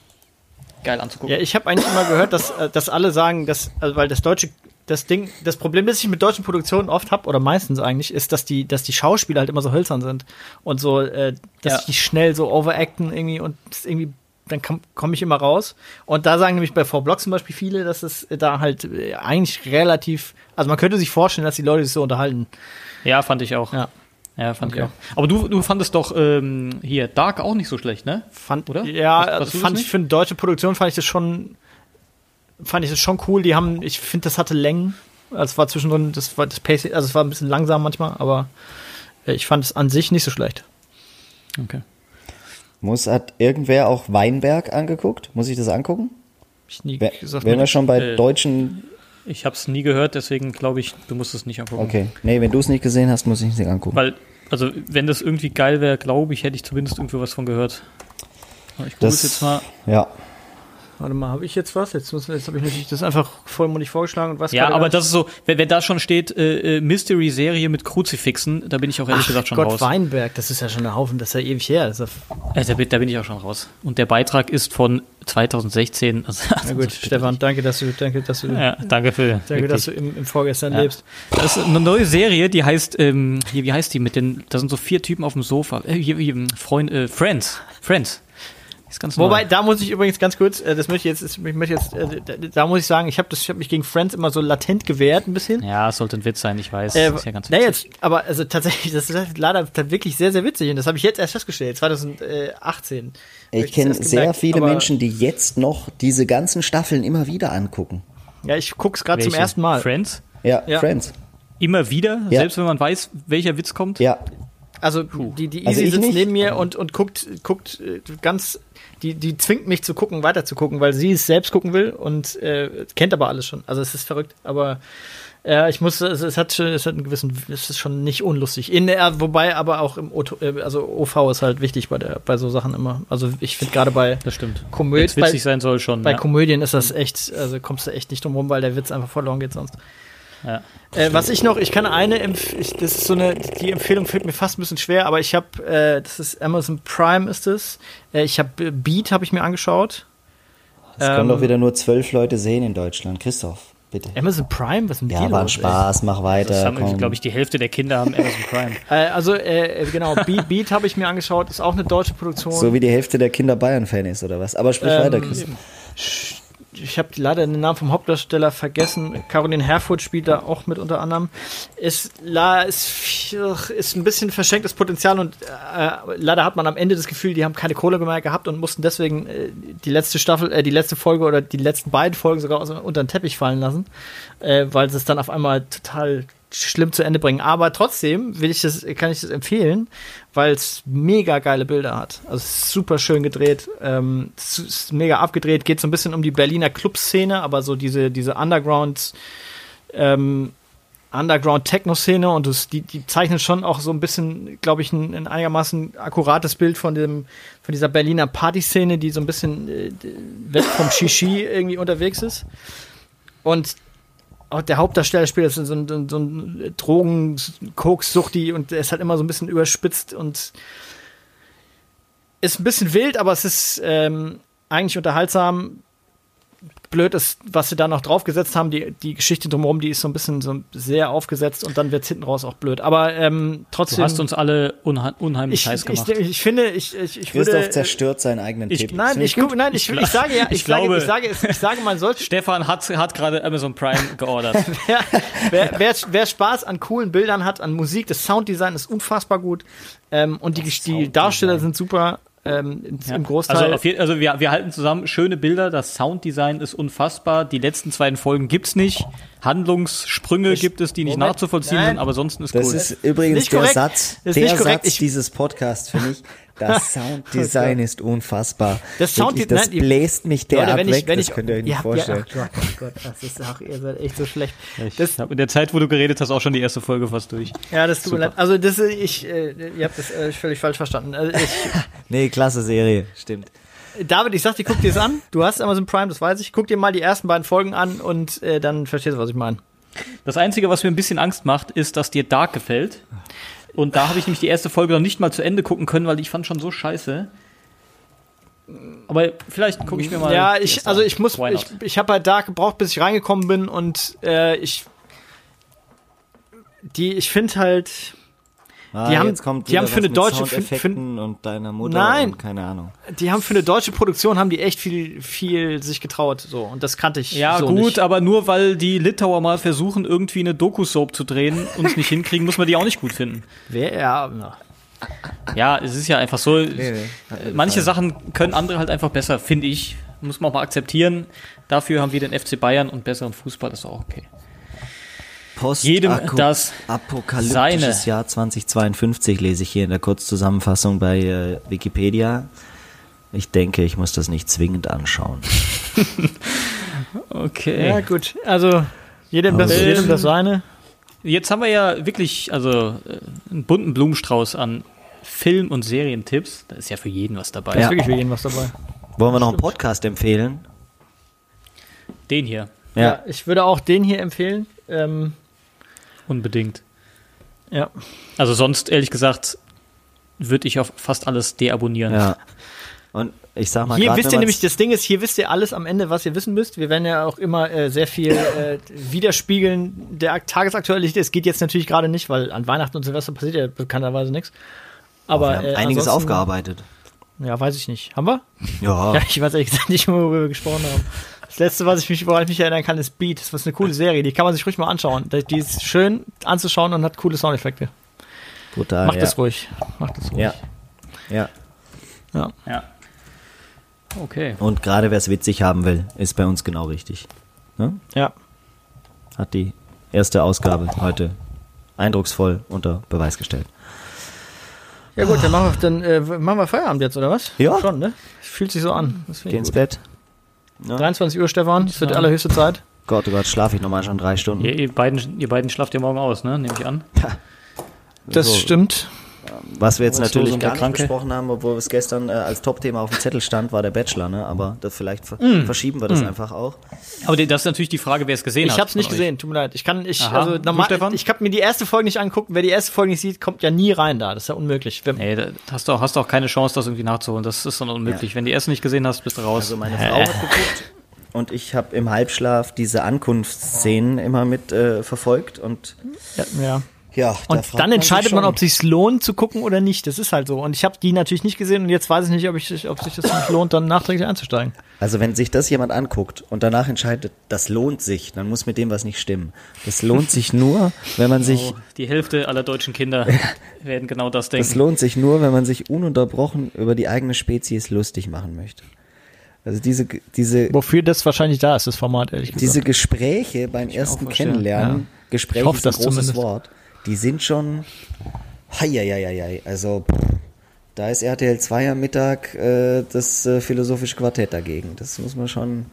S1: geil anzugucken.
S2: Ja, ich habe eigentlich immer gehört, dass, äh, dass alle sagen, dass, also weil das deutsche, das Ding, das Problem, das ich mit deutschen Produktionen oft habe, oder meistens eigentlich, ist, dass die, dass die Schauspieler halt immer so hölzern sind und so, äh, dass
S1: Ja.
S2: die schnell so overacten irgendwie und das irgendwie, dann komme komm ich immer raus. Und da sagen nämlich bei Four Blocks zum Beispiel viele, dass es da halt äh, eigentlich relativ, also man könnte sich vorstellen, dass die Leute sich so unterhalten.
S1: Ja, fand ich auch.
S2: Ja.
S1: Ja, fand
S2: Okay.
S1: ich auch. Aber du, du fandest doch ähm, hier Dark auch nicht so schlecht, ne?
S2: Fand,
S1: Oder?
S2: Ja,
S1: Hast- hast
S2: also
S1: du das
S2: fand ich
S1: nicht?
S2: für eine deutsche Produktion fand ich das schon, fand ich das schon cool. Die haben, ich finde, das hatte Längen. Also es war zwischendrin, das war das Pace, also es war ein bisschen langsam manchmal, aber äh, ich fand es an sich nicht so schlecht.
S1: Okay.
S3: Muss, hat irgendwer auch Weinberg angeguckt? Muss ich das angucken?
S2: Ich nie
S3: Wer-
S2: gesagt,
S3: Wenn
S2: mir-
S3: wir schon bei
S1: äh,
S3: deutschen.
S1: Ich habe es nie gehört, deswegen glaube ich, du musst es nicht angucken.
S3: Okay. Nee, wenn du es nicht gesehen hast, muss ich es nicht angucken.
S1: Weil, also, wenn das irgendwie geil wäre, glaube ich, hätte ich zumindest irgendwie was von gehört. Ich google
S3: Das,
S1: es jetzt mal.
S3: Ja.
S2: warte mal, habe ich jetzt was? Jetzt, müssen wir- jetzt habe ich natürlich das einfach vollmundig vorgeschlagen und was
S1: Ja, aber das ist so, wenn, wenn da schon steht, äh, äh, Mystery-Serie mit Kruzifixen, da bin ich auch ehrlich
S2: Ach,
S1: gesagt schon
S2: Gott,
S1: raus.
S2: Weinberg, das ist ja schon ein Haufen, das ist ja ewig her. Also, Das ist ja,
S1: Äh, da, bin, da bin ich auch schon raus. Und der Beitrag ist von 2016. Also,
S2: na gut, Stefan, danke, dass du, danke, dass du,
S1: Ja, danke für.
S2: danke, dass
S1: wirklich.
S2: du im, im Vorgestern
S1: Ja.
S2: lebst.
S1: Das ist eine neue Serie, die heißt, ähm, hier, wie heißt die mit den, da sind so vier Typen auf dem Sofa. Äh, hier, hier, Freund, äh, Friends. Friends. Ist ganz
S2: Wobei,
S1: neu.
S2: da muss ich übrigens ganz kurz, äh, das möchte ich jetzt, das- ich möchte jetzt, äh, da- da muss ich sagen, ich habe ich hab mich gegen Friends immer so latent gewehrt ein bisschen.
S1: Ja, es sollte ein Witz sein, ich weiß.
S2: Äh,
S1: ist ja ganz
S2: na
S1: witzig.
S2: jetzt, aber also tatsächlich, das ist leider dann wirklich sehr, sehr witzig und das habe ich jetzt erst festgestellt, 2018. Hab
S3: Ich
S2: das
S3: kenne
S2: erst
S3: sehr
S2: gemerkt,
S3: viele
S2: aber-
S3: Menschen, die jetzt noch diese ganzen Staffeln immer wieder angucken.
S2: Ja, ich guck's gerade zum
S1: Welche?
S2: ersten Mal.
S1: Friends?
S3: Ja,
S2: Ja.
S3: Friends.
S1: Immer wieder,
S3: Ja.
S1: selbst wenn man weiß, welcher Witz kommt.
S3: Ja,
S2: Also die, die Easy
S3: Also ich
S2: sitzt
S3: nicht.
S2: neben mir und, und guckt, guckt äh, ganz, die, die zwingt mich zu gucken, weiter zu gucken, weil sie es selbst gucken will und äh, kennt aber alles schon. Also es ist verrückt, aber ja, ich muss, es, es hat schon, es hat einen gewissen, es ist schon nicht unlustig. In der, wobei aber auch im OT, äh, also OV ist halt wichtig bei der, bei so Sachen immer. Also ich finde gerade bei
S1: Das stimmt. Wenn
S2: Komödien,
S1: es
S2: bei,
S1: witzig sein soll schon.
S2: bei
S1: ja. Mhm.
S2: Komödien ist das echt, also kommst du echt nicht drum rum, weil der Witz einfach verloren geht sonst.
S1: Ja.
S2: Äh, was ich noch, ich kann eine, empf ich, das ist so eine, die Empfehlung fällt mir fast ein bisschen schwer, aber ich habe, äh, das ist Amazon Prime ist es. Äh, ich habe Beat habe ich mir angeschaut.
S3: das
S2: Ähm,
S3: können doch wieder nur zwölf Leute sehen in Deutschland. Christoph, bitte.
S2: Amazon Prime, was ist denn
S3: Ja,
S2: die
S3: war ein
S2: los,
S3: Spaß,
S2: Also,
S3: mach
S1: Das
S3: weiter.
S1: haben,
S3: komm.
S1: glaube ich, die Hälfte der Kinder haben Amazon Prime.
S2: Ey? Äh, also äh, genau, Beat, Beat habe ich mir angeschaut, ist auch eine deutsche Produktion.
S3: So wie die Hälfte der Kinder Bayern-Fan ist, oder was? Aber sprich
S2: Ähm,
S3: weiter, Christoph.
S2: ich habe leider den Namen vom Hauptdarsteller vergessen. Caroline Herfurth spielt da auch mit unter anderem. Ist, la, ist, viel- ist ein bisschen verschenktes Potenzial und äh, leider hat man am Ende das Gefühl, die haben keine Kohle mehr gehabt und mussten deswegen äh, die letzte Staffel, äh, die letzte Folge oder die letzten beiden Folgen sogar aus, unter den Teppich fallen lassen, äh, weil sie es dann auf einmal total schlimm zu Ende bringen. Aber trotzdem will ich das, kann ich das empfehlen, weil es mega geile Bilder hat. Also es ist super schön gedreht, ähm, es ist mega abgedreht, geht so ein bisschen um die Berliner Clubszene, aber so diese, diese Underground, ähm, Underground-Techno-Szene und das, die, die zeichnen schon auch so ein bisschen, glaube ich, ein, ein einigermaßen akkurates Bild von dem, von dieser Berliner Partyszene, die so ein bisschen äh, weg vom Shishi irgendwie unterwegs ist. Und auch der Hauptdarsteller spielt jetzt so ein, so ein Drogen, Koks-Suchti und der ist halt immer so ein bisschen überspitzt und ist ein bisschen wild, aber es ist ähm, eigentlich unterhaltsam. blöd ist, was sie da noch draufgesetzt haben, die, die Geschichte drumherum, die ist so ein bisschen so sehr aufgesetzt und dann wird es hinten raus auch blöd. Aber ähm, trotzdem.
S1: Du hast uns alle unha unheimlich
S2: ich,
S1: heiß gemacht.
S2: Ich, ich finde, ich, ich, ich
S3: Christoph
S2: würde.
S3: zerstört seinen eigenen
S1: Ich-
S3: Tipp.
S2: Nein,
S3: Finde
S2: ich, gu- nein, ich,
S1: Ich
S2: ich,
S1: gla-
S2: sage ja, ich,
S1: ich glaube-
S2: sage, ich sage, es- ich sage, man sollte
S1: Stefan hat, hat gerade Amazon Prime geordert.
S2: Ja, wer, wer, wer Spaß an coolen Bildern hat, an Musik, das Sounddesign ist unfassbar gut ähm, und die, die Darsteller sind super ähm,
S1: Ja.
S2: im Großteil.
S1: Also, auf jeden, also wir, wir halten zusammen, schöne Bilder, das Sounddesign ist unfassbar. Die letzten zwei Folgen gibt's nicht. Handlungssprünge gibt es, die nicht
S2: Moment.
S1: nachzuvollziehen
S2: Nein.
S1: sind, aber sonst ist
S3: Das
S1: cool.
S3: ist übrigens
S2: Nicht
S3: der
S2: korrekt.
S3: Satz,
S2: Ist
S3: der
S2: nicht korrekt.
S3: Satz
S2: Ich-
S3: dieses Podcasts für mich. Das Sounddesign ist unfassbar.
S2: Das
S3: Wirklich,
S2: Soundde-
S3: das
S2: nein, ihr-
S3: bläst mich
S2: Leute,
S3: derart
S2: wenn ich-
S3: weg,
S2: wenn
S3: das
S2: ich-
S3: könnt ihr euch
S2: ihr
S3: nicht
S2: habt-
S3: vorstellen.
S2: Ja, ach Gott, oh Gott, das ist auch, ihr seid echt so schlecht. Das,
S1: ich habe in der Zeit, wo du geredet hast, auch schon die erste Folge fast durch.
S2: ja, das tut mir leid. Also das, äh, ich, äh, ihr habt das äh, völlig falsch verstanden. Also ich,
S3: nee, klasse Serie, stimmt.
S2: David, ich sag dir, guck dir es an. Du hast Amazon Prime, das weiß ich. Guck dir mal die ersten beiden Folgen an und äh, dann verstehst du, was ich meine.
S1: Das Einzige, was mir ein bisschen Angst macht, ist, dass dir Dark gefällt. Und da habe ich nämlich die erste Folge noch nicht mal zu Ende gucken können, weil ich fand schon so scheiße. Aber vielleicht gucke ich mir mal.
S2: Ja,
S1: die
S2: ich,
S1: erste
S2: also
S1: an.
S2: ich muss,
S1: Why
S2: ich,
S1: not?
S2: ich habe halt Dark gebraucht, bis ich reingekommen bin und äh, ich, die, ich finde halt,
S3: Ah,
S2: Die haben-
S3: jetzt kommt
S2: die haben
S3: wieder
S2: für
S3: was
S2: eine
S3: mit
S2: deutsche Fin-
S3: Soundeffekten und deiner Mutter
S2: Nein.
S3: und keine Ahnung.
S2: die haben für eine deutsche Produktion haben die echt viel, viel sich getraut, so und das kannte ich.
S1: Ja,
S2: so
S1: gut,
S2: nicht.
S1: aber nur weil die Litauer mal versuchen, irgendwie eine Doku-Soap zu drehen und es nicht hinkriegen, muss man die auch nicht gut finden.
S2: Wer, ja, na.
S1: Ja, es ist ja einfach so.
S3: nee,
S1: äh, manche Sachen können andere halt einfach besser, finde ich. Muss man auch mal akzeptieren. Dafür haben wir den FC Bayern und besseren Fußball, das ist auch okay.
S3: Post
S1: Jedem das
S3: apokalyptisches
S1: seine.
S3: Jahr 2052 lese ich hier in der Kurzzusammenfassung bei äh, Wikipedia. Ich denke, ich muss das nicht zwingend anschauen.
S1: Okay.
S2: ja gut, also jedem das,
S1: Also-
S2: jedem das seine.
S1: Jetzt haben wir ja wirklich also äh, einen bunten Blumenstrauß an Film- und Serientipps. Da ist ja für jeden was dabei.
S2: Da ist
S3: Ja.
S2: wirklich für jeden was dabei.
S3: Wollen wir noch einen Podcast empfehlen?
S1: Den hier
S3: Ja.
S2: ich würde auch den hier empfehlen. Ähm,
S1: unbedingt.
S2: ja,
S1: Also sonst ehrlich gesagt würde ich auf fast alles deabonnieren.
S3: Ja. Und ich sag mal,
S2: hier
S3: grad,
S2: wisst
S3: wenn
S2: ihr nämlich,
S3: man's-
S2: das Ding ist, hier wisst ihr alles am Ende, was ihr wissen müsst. Wir werden ja auch immer äh, sehr viel äh, widerspiegeln der ak- Tagesaktualität. Es geht jetzt natürlich gerade nicht, weil an Weihnachten und Silvester passiert ja bekannterweise nichts. Aber
S3: wir haben
S2: äh,
S3: einiges
S2: ansonsten-
S3: aufgearbeitet.
S2: Ja, weiß ich nicht. Haben wir?
S3: Ja.
S2: Ja, ich weiß ehrlich gesagt nicht, worüber wir gesprochen haben. Das letzte, was ich mich, woran ich mich erinnern kann, ist Beat. Das ist eine coole Serie. Die kann man sich ruhig mal anschauen. Die ist schön anzuschauen und hat coole Soundeffekte.
S3: brutal.
S2: Macht
S3: Ah, ja.
S2: das ruhig. Macht das ruhig.
S3: Ja. Ja.
S2: ja.
S1: Ja. Okay.
S3: Und gerade wer es witzig haben will, ist bei uns genau richtig. Ne?
S2: ja.
S3: Hat die erste Ausgabe heute eindrucksvoll unter Beweis gestellt.
S2: Ja gut, dann machen wir, dann, äh, machen wir Feierabend jetzt, oder was?
S3: Ja.
S2: Schon, ne? Fühlt sich so an. Das finde
S3: Geh
S2: ich
S3: ins
S2: gut.
S3: Bett.
S2: 23 Uhr, Stefan. Es wird allerhöchste Zeit.
S3: Gott, oh Gott, schlafe ich nochmal schon drei Stunden.
S1: Ihr, ihr, beiden, ihr beiden schlaft ja morgen aus, ne? Nehme ich an.
S2: Das
S3: So.
S2: stimmt.
S3: Was wir jetzt
S1: Arbeitslos
S3: natürlich
S1: und
S3: gar
S1: der
S3: nicht
S1: Kranke.
S3: besprochen haben, obwohl wir es gestern äh, als Topthema auf dem Zettel stand, war der Bachelor, ne? Aber das vielleicht ver verschieben wir das einfach auch.
S1: Aber die- das ist natürlich die Frage, wer es gesehen hat.
S2: Ich habe es nicht
S1: von euch.
S2: gesehen, tut mir leid. Ich kann, ich,
S1: Aha.
S2: also
S1: Du,
S2: normal,
S1: Stefan?
S2: ich habe mir die erste Folge nicht angucken. Wer die erste Folge nicht sieht, kommt ja nie rein da. Das ist ja unmöglich. Wenn,
S1: Nee, da hast du auch, hast du auch keine Chance, das irgendwie nachzuholen. Das ist dann unmöglich. Wenn du erst nicht gesehen hast, bist du raus.
S3: Also meine Frau hat geguckt und ich habe im Halbschlaf diese Ankunftsszenen immer mit äh, verfolgt und
S2: ja, ja.
S3: ja. da fragt
S2: Und dann
S3: sich
S2: entscheidet man,
S3: schon.
S2: ob sich's lohnt zu gucken oder nicht. Das ist halt so. Und ich habe die natürlich nicht gesehen und jetzt weiß ich nicht, ob, ich, ob sich das nicht lohnt, dann nachträglich einzusteigen.
S3: Also wenn sich das jemand anguckt und danach entscheidet, das lohnt sich, dann muss mit dem was nicht stimmen. Das lohnt sich nur, wenn man sich
S1: Oh, die Hälfte aller deutschen Kinder werden genau das
S3: Das
S1: denken.
S3: lohnt sich nur, wenn man sich ununterbrochen über die eigene Spezies lustig machen möchte. Also diese, diese,
S2: Wofür das wahrscheinlich da ist, das Format, ehrlich gesagt.
S3: diese Gespräche beim ersten
S1: vorstellen,
S3: Kennenlernen,
S1: ja.
S3: Gespräche
S2: Ich hoffe
S3: ist ein
S2: das
S3: großes
S2: zumindest.
S3: Wort, die sind schon, heieieiei, also pff, da ist RTL 2 am Mittag äh, das äh, philosophische Quartett dagegen. Das muss man schon,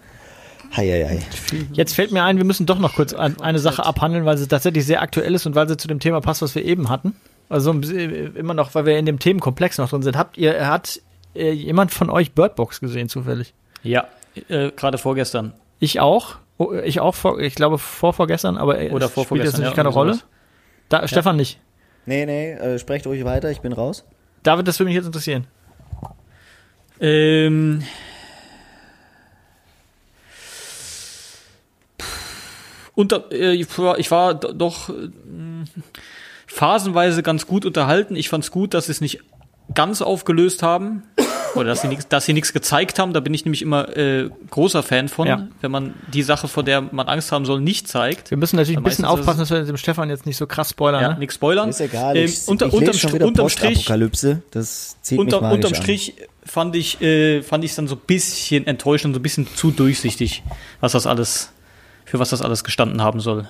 S3: heieiei.
S2: Mhm. Jetzt fällt mir ein, wir müssen doch noch kurz ein, eine Sache abhandeln, weil sie tatsächlich sehr aktuell ist und weil sie zu dem Thema passt, was wir eben hatten. Also äh, immer noch, weil wir in dem Themenkomplex noch drin sind. Habt ihr, hat äh, jemand von euch Birdbox gesehen zufällig?
S1: Ja, äh, gerade vorgestern.
S2: Ich auch. Oh, Ich auch, vor, ich glaube vor vorgestern, aber äh,
S1: Oder
S2: es
S1: vor
S2: spielt jetzt
S1: vorgestern,
S2: natürlich
S1: ja,
S2: keine
S1: irgendwie
S2: Rolle. Da, Stefan nicht.
S3: Nee, nee, äh, sprecht ruhig weiter, ich bin raus.
S2: David, das würde mich jetzt interessieren.
S1: Ähm, Und äh, ich war- ich war d- doch äh, phasenweise ganz gut unterhalten. Ich fand es gut, dass sie es nicht ganz aufgelöst haben. Oder dass sie nichts, dass sie nichts gezeigt haben. Da bin ich nämlich immer äh, großer Fan von,
S2: Ja.
S1: wenn man die Sache, vor der man Angst haben soll, nicht zeigt.
S2: Wir müssen natürlich ein
S1: Weil
S2: bisschen
S1: meistens ist
S2: aufpassen, dass wir dem Stefan jetzt nicht so krass spoilern.
S1: Ja,
S2: ne?
S1: nichts spoilern.
S3: Ist egal.
S1: Ähm,
S3: ich,
S1: unter,
S3: ich
S1: unterm,
S3: lese schon wieder
S1: unterm Strich
S3: Apokalypse. Das zieht mich
S1: Unter,
S3: magisch
S1: unterm
S3: an.
S1: Strich fand ich äh, fand ich dann so ein bisschen enttäuschend und so ein bisschen zu durchsichtig, was das alles für was das alles gestanden haben soll.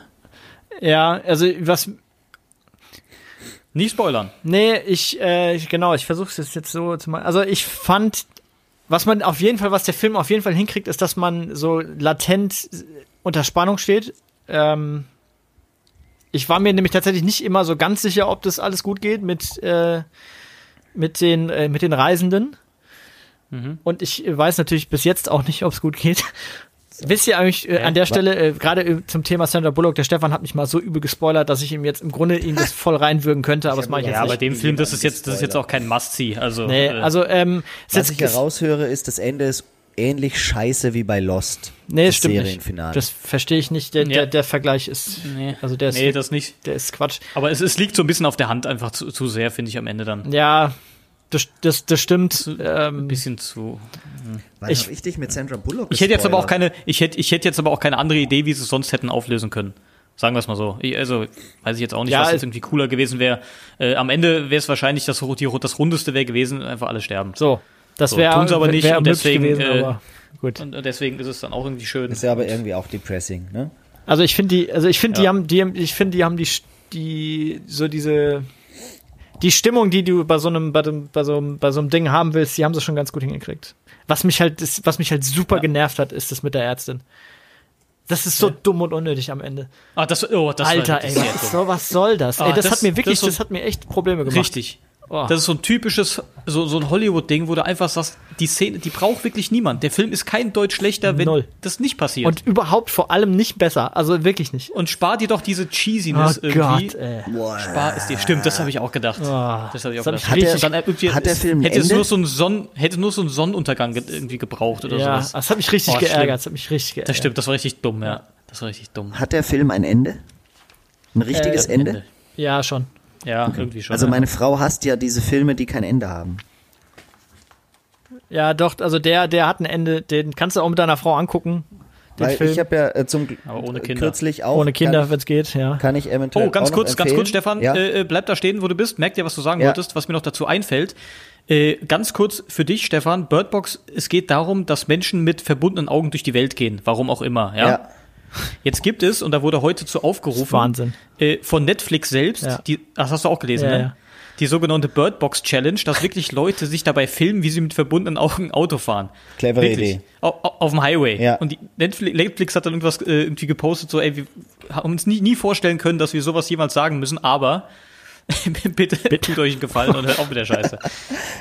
S2: Ja, also was.
S1: Nicht spoilern.
S2: Nee, ich, äh, ich genau, ich versuche es jetzt, jetzt so zu machen. Also ich fand, was man auf jeden Fall, was der Film auf jeden Fall hinkriegt, ist, dass man so latent unter Spannung steht. Ähm, ich war mir nämlich tatsächlich nicht immer so ganz sicher, ob das alles gut geht mit, äh, mit, den, äh, mit den Reisenden. Und ich weiß natürlich bis jetzt auch nicht, ob es gut geht. Wisst ihr eigentlich äh, an der Stelle, äh, gerade äh, zum Thema Sandra Bullock, der Stefan hat mich mal so übel gespoilert, dass ich ihm jetzt im Grunde ihm das voll reinwürgen könnte, aber das mache ich jetzt
S1: Ja, bei
S2: nicht.
S1: dem Film, das ist jetzt, das ist jetzt auch kein Must-See. Also,
S2: Nee,
S1: äh,
S2: also ähm, ist
S3: Was
S2: jetzt,
S3: ich hier raushöre, ist, das Ende ist ähnlich scheiße wie bei Lost.
S2: nee, das
S3: das
S2: stimmt nicht.
S3: Serienfinale.
S2: Das verstehe ich nicht. Der,
S1: Ja.
S2: der, der Vergleich ist,
S1: nee,
S2: also der ist,
S1: nee, das nicht.
S2: der ist Quatsch.
S1: Aber es, es liegt so ein bisschen auf der Hand einfach zu, zu sehr, finde ich am Ende dann.
S2: Ja, das, das, das stimmt.
S1: Ein
S2: Ähm,
S1: bisschen zu.
S3: Wann
S2: ich-
S3: hab ich dich mit Sandra Bullock
S1: Ich hätte jetzt aber auch
S3: gespoilert?
S1: keine, ich hätte, ich hätte jetzt aber auch keine andere Idee, wie sie es sonst hätten auflösen können. Sagen wir es mal so. Ich, also, weiß ich jetzt auch nicht,
S2: Ja,
S1: was
S2: es-
S1: jetzt irgendwie cooler gewesen wäre. Äh, am Ende wäre es wahrscheinlich das, die, das rundeste wäre gewesen, einfach alle sterben.
S2: so, das
S1: So,
S2: wäre
S1: tun's aber nicht
S2: wär
S1: und
S2: möglich
S1: deswegen,
S2: gewesen,
S1: äh,
S2: aber gut.
S1: Und äh, deswegen ist es dann auch irgendwie schön.
S3: Ist ja aber irgendwie auch depressing, ne?
S2: Also ich finde die, also ich finde die
S1: Ja.
S2: haben, die haben, ich finde die haben die, die so diese die Stimmung, die du bei so einem, bei, dem, bei, so einem, bei so einem Ding haben willst, die haben sie schon ganz gut hingekriegt. Was mich halt, das, was mich halt super genervt hat, ist das mit der Ärztin. Das ist so dumm und unnötig am Ende.
S1: Ah, das, oh, das war,
S2: Alter,
S1: das
S2: ey,
S1: ist
S2: was,
S1: jetzt
S2: ist
S1: so.
S2: so, was soll das?
S1: Ah,
S2: ey, das,
S1: das-
S2: hat mir wirklich,
S1: das so-
S2: das, hat mir echt Probleme gemacht.
S1: Richtig.
S2: Oh.
S1: Das ist so ein typisches, so, so ein Hollywood-Ding, wo du einfach sagst, die Szene, die braucht wirklich niemand. Der Film ist kein Deutsch schlechter, wenn
S2: Null.
S1: das nicht passiert. Und,
S2: Und überhaupt vor allem nicht besser. Also wirklich nicht. Oh
S1: und spar dir doch diese Cheesiness irgendwie.
S2: ey.
S1: Spar es dir. Stimmt, das habe ich auch gedacht. Das habe ich auch
S2: Das hab
S1: gedacht.
S2: ich Hat der-
S1: Und dann irgendwie-
S3: hat der Film ein
S1: hätte es
S3: Ende?
S1: nur so einen Sonn, hätte nur so einen Sonnenuntergang ge irgendwie gebraucht oder
S2: Ja, also-
S1: sowas.
S2: das hat mich richtig
S1: Boah,
S2: geärgert.
S1: schlimm.
S2: Das hat mich richtig geärgert.
S1: Das stimmt, das war richtig dumm, ja. Das war richtig dumm.
S3: Hat der Film ein Ende?
S4: Ein richtiges
S2: Äh,
S4: Ende?
S2: Ja, schon.
S1: Ja, irgendwie schon.
S3: Also
S1: ja.
S3: meine Frau hasst ja diese Filme, die kein Ende haben.
S2: Ja, doch, also der, der hat ein Ende, den kannst du auch mit deiner Frau angucken. Den
S3: Weil
S2: Film.
S3: ich habe ja äh, zum Gl-
S1: Aber ohne
S3: äh,
S1: Kinder.
S3: kürzlich auch
S2: ohne Kinder, wenn es geht, ja.
S3: kann ich eventuell
S1: Oh, ganz
S3: auch noch
S1: kurz, ganz
S3: empfehlen.
S1: kurz, Stefan,
S3: Ja.
S1: äh, äh, bleib da stehen, wo du bist. Merk dir, was du sagen
S3: Ja.
S1: wolltest, was mir noch dazu einfällt. Äh, ganz kurz für dich, Stefan, Birdbox, es geht darum, dass Menschen mit verbundenen Augen durch die Welt gehen, warum auch immer. Ja?
S3: Ja.
S1: Jetzt gibt es, und da wurde heute zu aufgerufen,
S2: Wahnsinn.
S1: Äh, von Netflix selbst,
S2: Ja.
S1: die, das hast du auch gelesen,
S2: Ja,
S1: ne?
S2: ja.
S1: Die sogenannte Birdbox Challenge, dass wirklich Leute sich dabei filmen, wie sie mit verbundenen Augen Auto fahren.
S3: Clevere
S1: wirklich.
S3: Idee.
S1: Au, au, auf dem Highway.
S3: Ja.
S1: Und die Netflix, Netflix hat dann irgendwas äh, irgendwie gepostet, so, ey, wir haben uns nie, nie vorstellen können, dass wir sowas jemals sagen müssen, aber bitte tut euch einen Gefallen und hört auf mit der Scheiße.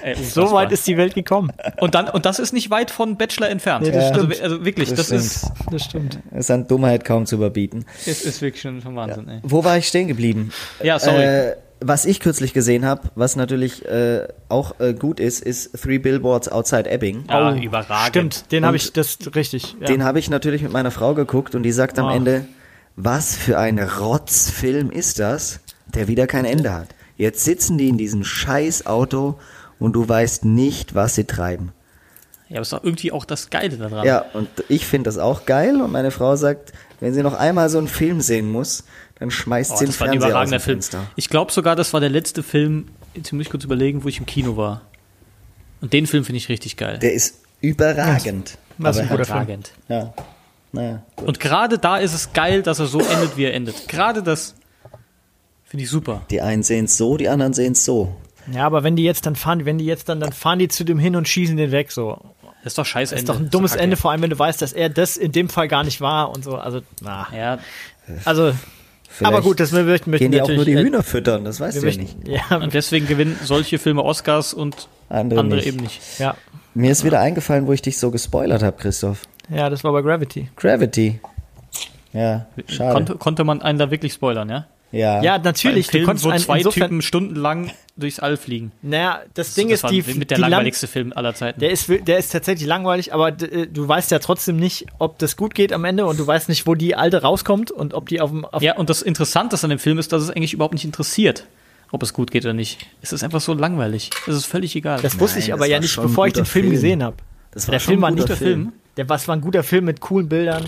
S1: Ey,
S2: So
S1: unfassbar.
S2: weit ist die Welt gekommen.
S1: und dann und das ist nicht weit von Bachelor entfernt.
S2: Nee, das
S1: also,
S2: stimmt.
S1: also wirklich,
S3: Das
S1: das, ist,
S2: Das stimmt.
S3: Ist an Dummheit kaum zu überbieten.
S1: ist ist wirklich schon schon Wahnsinn. Ey.
S3: Wo war ich stehen geblieben?
S1: Ja, sorry.
S3: Äh, was ich kürzlich gesehen habe, was natürlich äh, auch äh, gut ist, ist Three Billboards Outside Ebbing.
S1: ja, überragend.
S2: Oh, Stimmt, den habe ich, das richtig. Ja.
S3: Den habe ich natürlich mit meiner Frau geguckt und die sagt am
S2: Ah.
S3: Ende, was für ein Rotzfilm ist das, der wieder kein Ende hat. Jetzt sitzen die in diesem scheiß Auto und du weißt nicht, was sie treiben.
S1: Ja, aber ist doch irgendwie auch das Geile daran.
S3: Ja, und ich finde das auch geil und meine Frau sagt, wenn sie noch einmal so einen Film sehen muss, dann schmeißt
S1: Oh,
S3: sie den
S1: das war ein
S3: Fernseher aus
S1: überragender
S3: dem
S1: Film.
S3: Fenster.
S1: Ich glaube sogar, das war der letzte Film, jetzt muss ich kurz überlegen, wo ich im Kino war. Und den Film finde ich richtig geil.
S3: Der ist überragend.
S2: Was ein
S3: Aber-
S2: guter Film.
S1: Überragend.
S3: Ja, naja.
S1: Und gerade da ist es geil, dass er so endet, wie er endet. Gerade das finde ich super.
S3: Die einen sehen es so, die anderen sehen es so.
S2: Ja, aber wenn die jetzt dann fahren, wenn die jetzt dann, dann fahren die zu dem hin und schießen den weg, so.
S1: Das ist doch scheiß
S2: Das
S1: Ende.
S2: ist doch ein dummes
S1: Kacke.
S2: Ende, vor allem wenn du weißt, dass er das in dem Fall gar nicht war und so. Also, na.
S1: Ja,
S2: Also,
S3: Vielleicht
S2: aber gut, das wir möchten, möchten
S3: Gehen die auch nur die
S2: äh,
S3: Hühner füttern, das weißt
S2: wir
S3: du ja
S2: möchten,
S3: nicht.
S2: Ja,
S1: und deswegen gewinnen solche Filme Oscars und andere,
S3: Andere nicht.
S1: eben nicht.
S2: ja,
S3: Mir ist wieder eingefallen, wo ich dich so gespoilert habe, Christoph.
S2: ja, das war bei Gravity.
S3: Gravity. Ja, schade.
S1: Konnte, konnte man einen da wirklich spoilern, ja?
S5: Ja.
S2: Ja, natürlich.
S1: Beim Film,
S2: du konntest
S1: wo
S2: ein-
S1: zwei
S2: insofern,
S1: Typen stundenlang durchs All fliegen.
S2: Naja, das Ding
S1: das war
S2: ist, die,
S1: mit
S2: die
S1: der
S2: Land-
S1: langweiligste Film aller Zeiten.
S2: Der ist, der ist tatsächlich langweilig, aber d- äh, du weißt ja trotzdem nicht, ob das gut geht am Ende und du weißt nicht, wo die alte rauskommt und ob die auf dem. Auf
S1: ja, und das Interessante an dem Film ist, dass es eigentlich überhaupt nicht interessiert, ob es gut geht oder nicht. Es ist einfach so langweilig. Es ist völlig egal.
S2: Das wusste
S3: Nein,
S2: ich aber
S3: das
S2: ja
S3: war
S2: nicht,
S3: schon ein
S2: bevor ich den
S3: guter
S2: Film,
S3: Film.
S2: gesehen habe.
S3: Das
S2: Der
S3: schon
S2: Film war
S3: ein
S2: nicht
S3: guter
S2: der Film. Der was war ein guter Film mit coolen Bildern.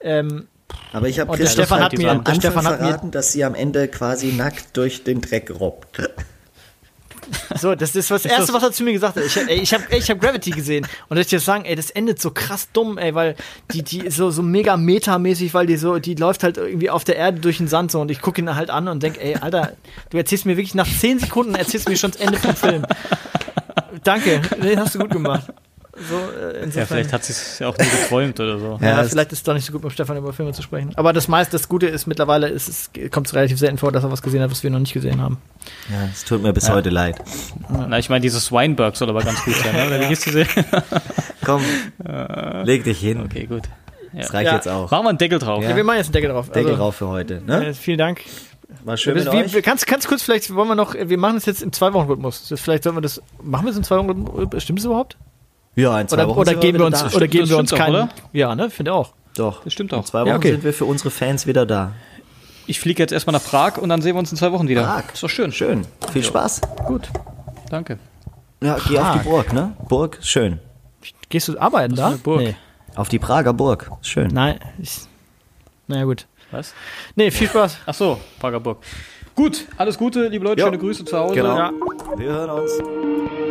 S2: Ähm,
S3: Aber ich habe
S2: Und der
S3: Christoph
S2: Stefan
S3: halt
S2: hat mir-
S3: am
S2: der
S3: Anfang
S2: Stefan hat mir-
S3: verraten, dass sie am Ende quasi nackt durch den Dreck robbt.
S2: so, das ist das Erste, was er zu mir gesagt hat. Ich, ey, ich habe ich hab Gravity gesehen und ich dir sagen, ey, das endet so krass dumm, ey, weil die, die ist so, so mega metamäßig, weil die so, die läuft halt irgendwie auf der Erde durch den Sand so und ich gucke ihn halt an und denk, ey, Alter, du erzählst mir wirklich nach 10 Sekunden, erzählst du mir schon das Ende vom Film. Danke, nee, hast du gut gemacht. So, äh, insofern.
S1: ja, vielleicht hat sie es ja auch nur geträumt oder so.
S2: Ja,
S5: es-
S2: vielleicht ist es doch nicht so gut, mit Stefan über Filme zu sprechen. Aber das meiste, das Gute ist, mittlerweile ist es, kommt es relativ selten vor, dass er was gesehen hat, was wir noch nicht gesehen haben.
S3: Ja, es tut mir bis heute leid.
S1: Na, ich meine, dieses Weinberg soll aber ganz gut sein, ne? Oder wie hieß diese?
S3: Komm, leg dich hin.
S1: Okay, gut.
S3: Das reicht
S2: Äh. Ja. Also-
S3: jetzt auch.
S1: Machen wir einen Deckel drauf.
S2: Ja, wir machen jetzt einen Deckel drauf.
S3: Deckel
S2: also,
S3: rauf für heute. Ne?
S2: Äh, vielen Dank.
S3: War schön mit
S2: Wir, wir,
S3: euch.
S2: kannst, kannst kurz, vielleicht wollen wir noch, äh, wir machen es jetzt im Zwei-Wochen-Rhythmus. Das- Vielleicht sollten wir das, machen wir es im Zwei-Wochen-Rhythmus? Äh, Stimmt es überhaupt?
S3: Ja, in zwei
S2: Oder,
S3: Wochen
S2: oder
S3: sind wir
S2: geben wir
S3: wieder
S2: uns,
S3: da.
S2: oder geben
S1: Das
S2: wir uns
S1: stimmt doch,
S2: keinen?
S1: oder?
S2: Ja, ne, finde auch.
S3: Doch,
S1: Das stimmt auch.
S3: In zwei Wochen
S2: Ja, okay.
S3: sind wir für unsere Fans wieder da.
S1: Ich fliege jetzt erstmal nach Prag und dann sehen wir uns in zwei Wochen wieder.
S3: Prag.
S1: Ist doch schön.
S3: Schön. Viel Spaß.
S2: Gut.
S1: Danke.
S3: Ja, geh auf die Burg, ne? Burg, schön.
S2: Gehst du arbeiten da?
S1: eine Burg.
S2: Nee.
S3: Auf die Prager Burg, schön.
S2: Nein. Ich, naja, gut.
S1: Was?
S2: Nee, viel Spaß.
S1: Ach so, Prager Burg. Gut, alles Gute, liebe Leute, schöne Grüße zu Hause.
S3: Genau.
S2: Ja.
S3: Wir hören uns.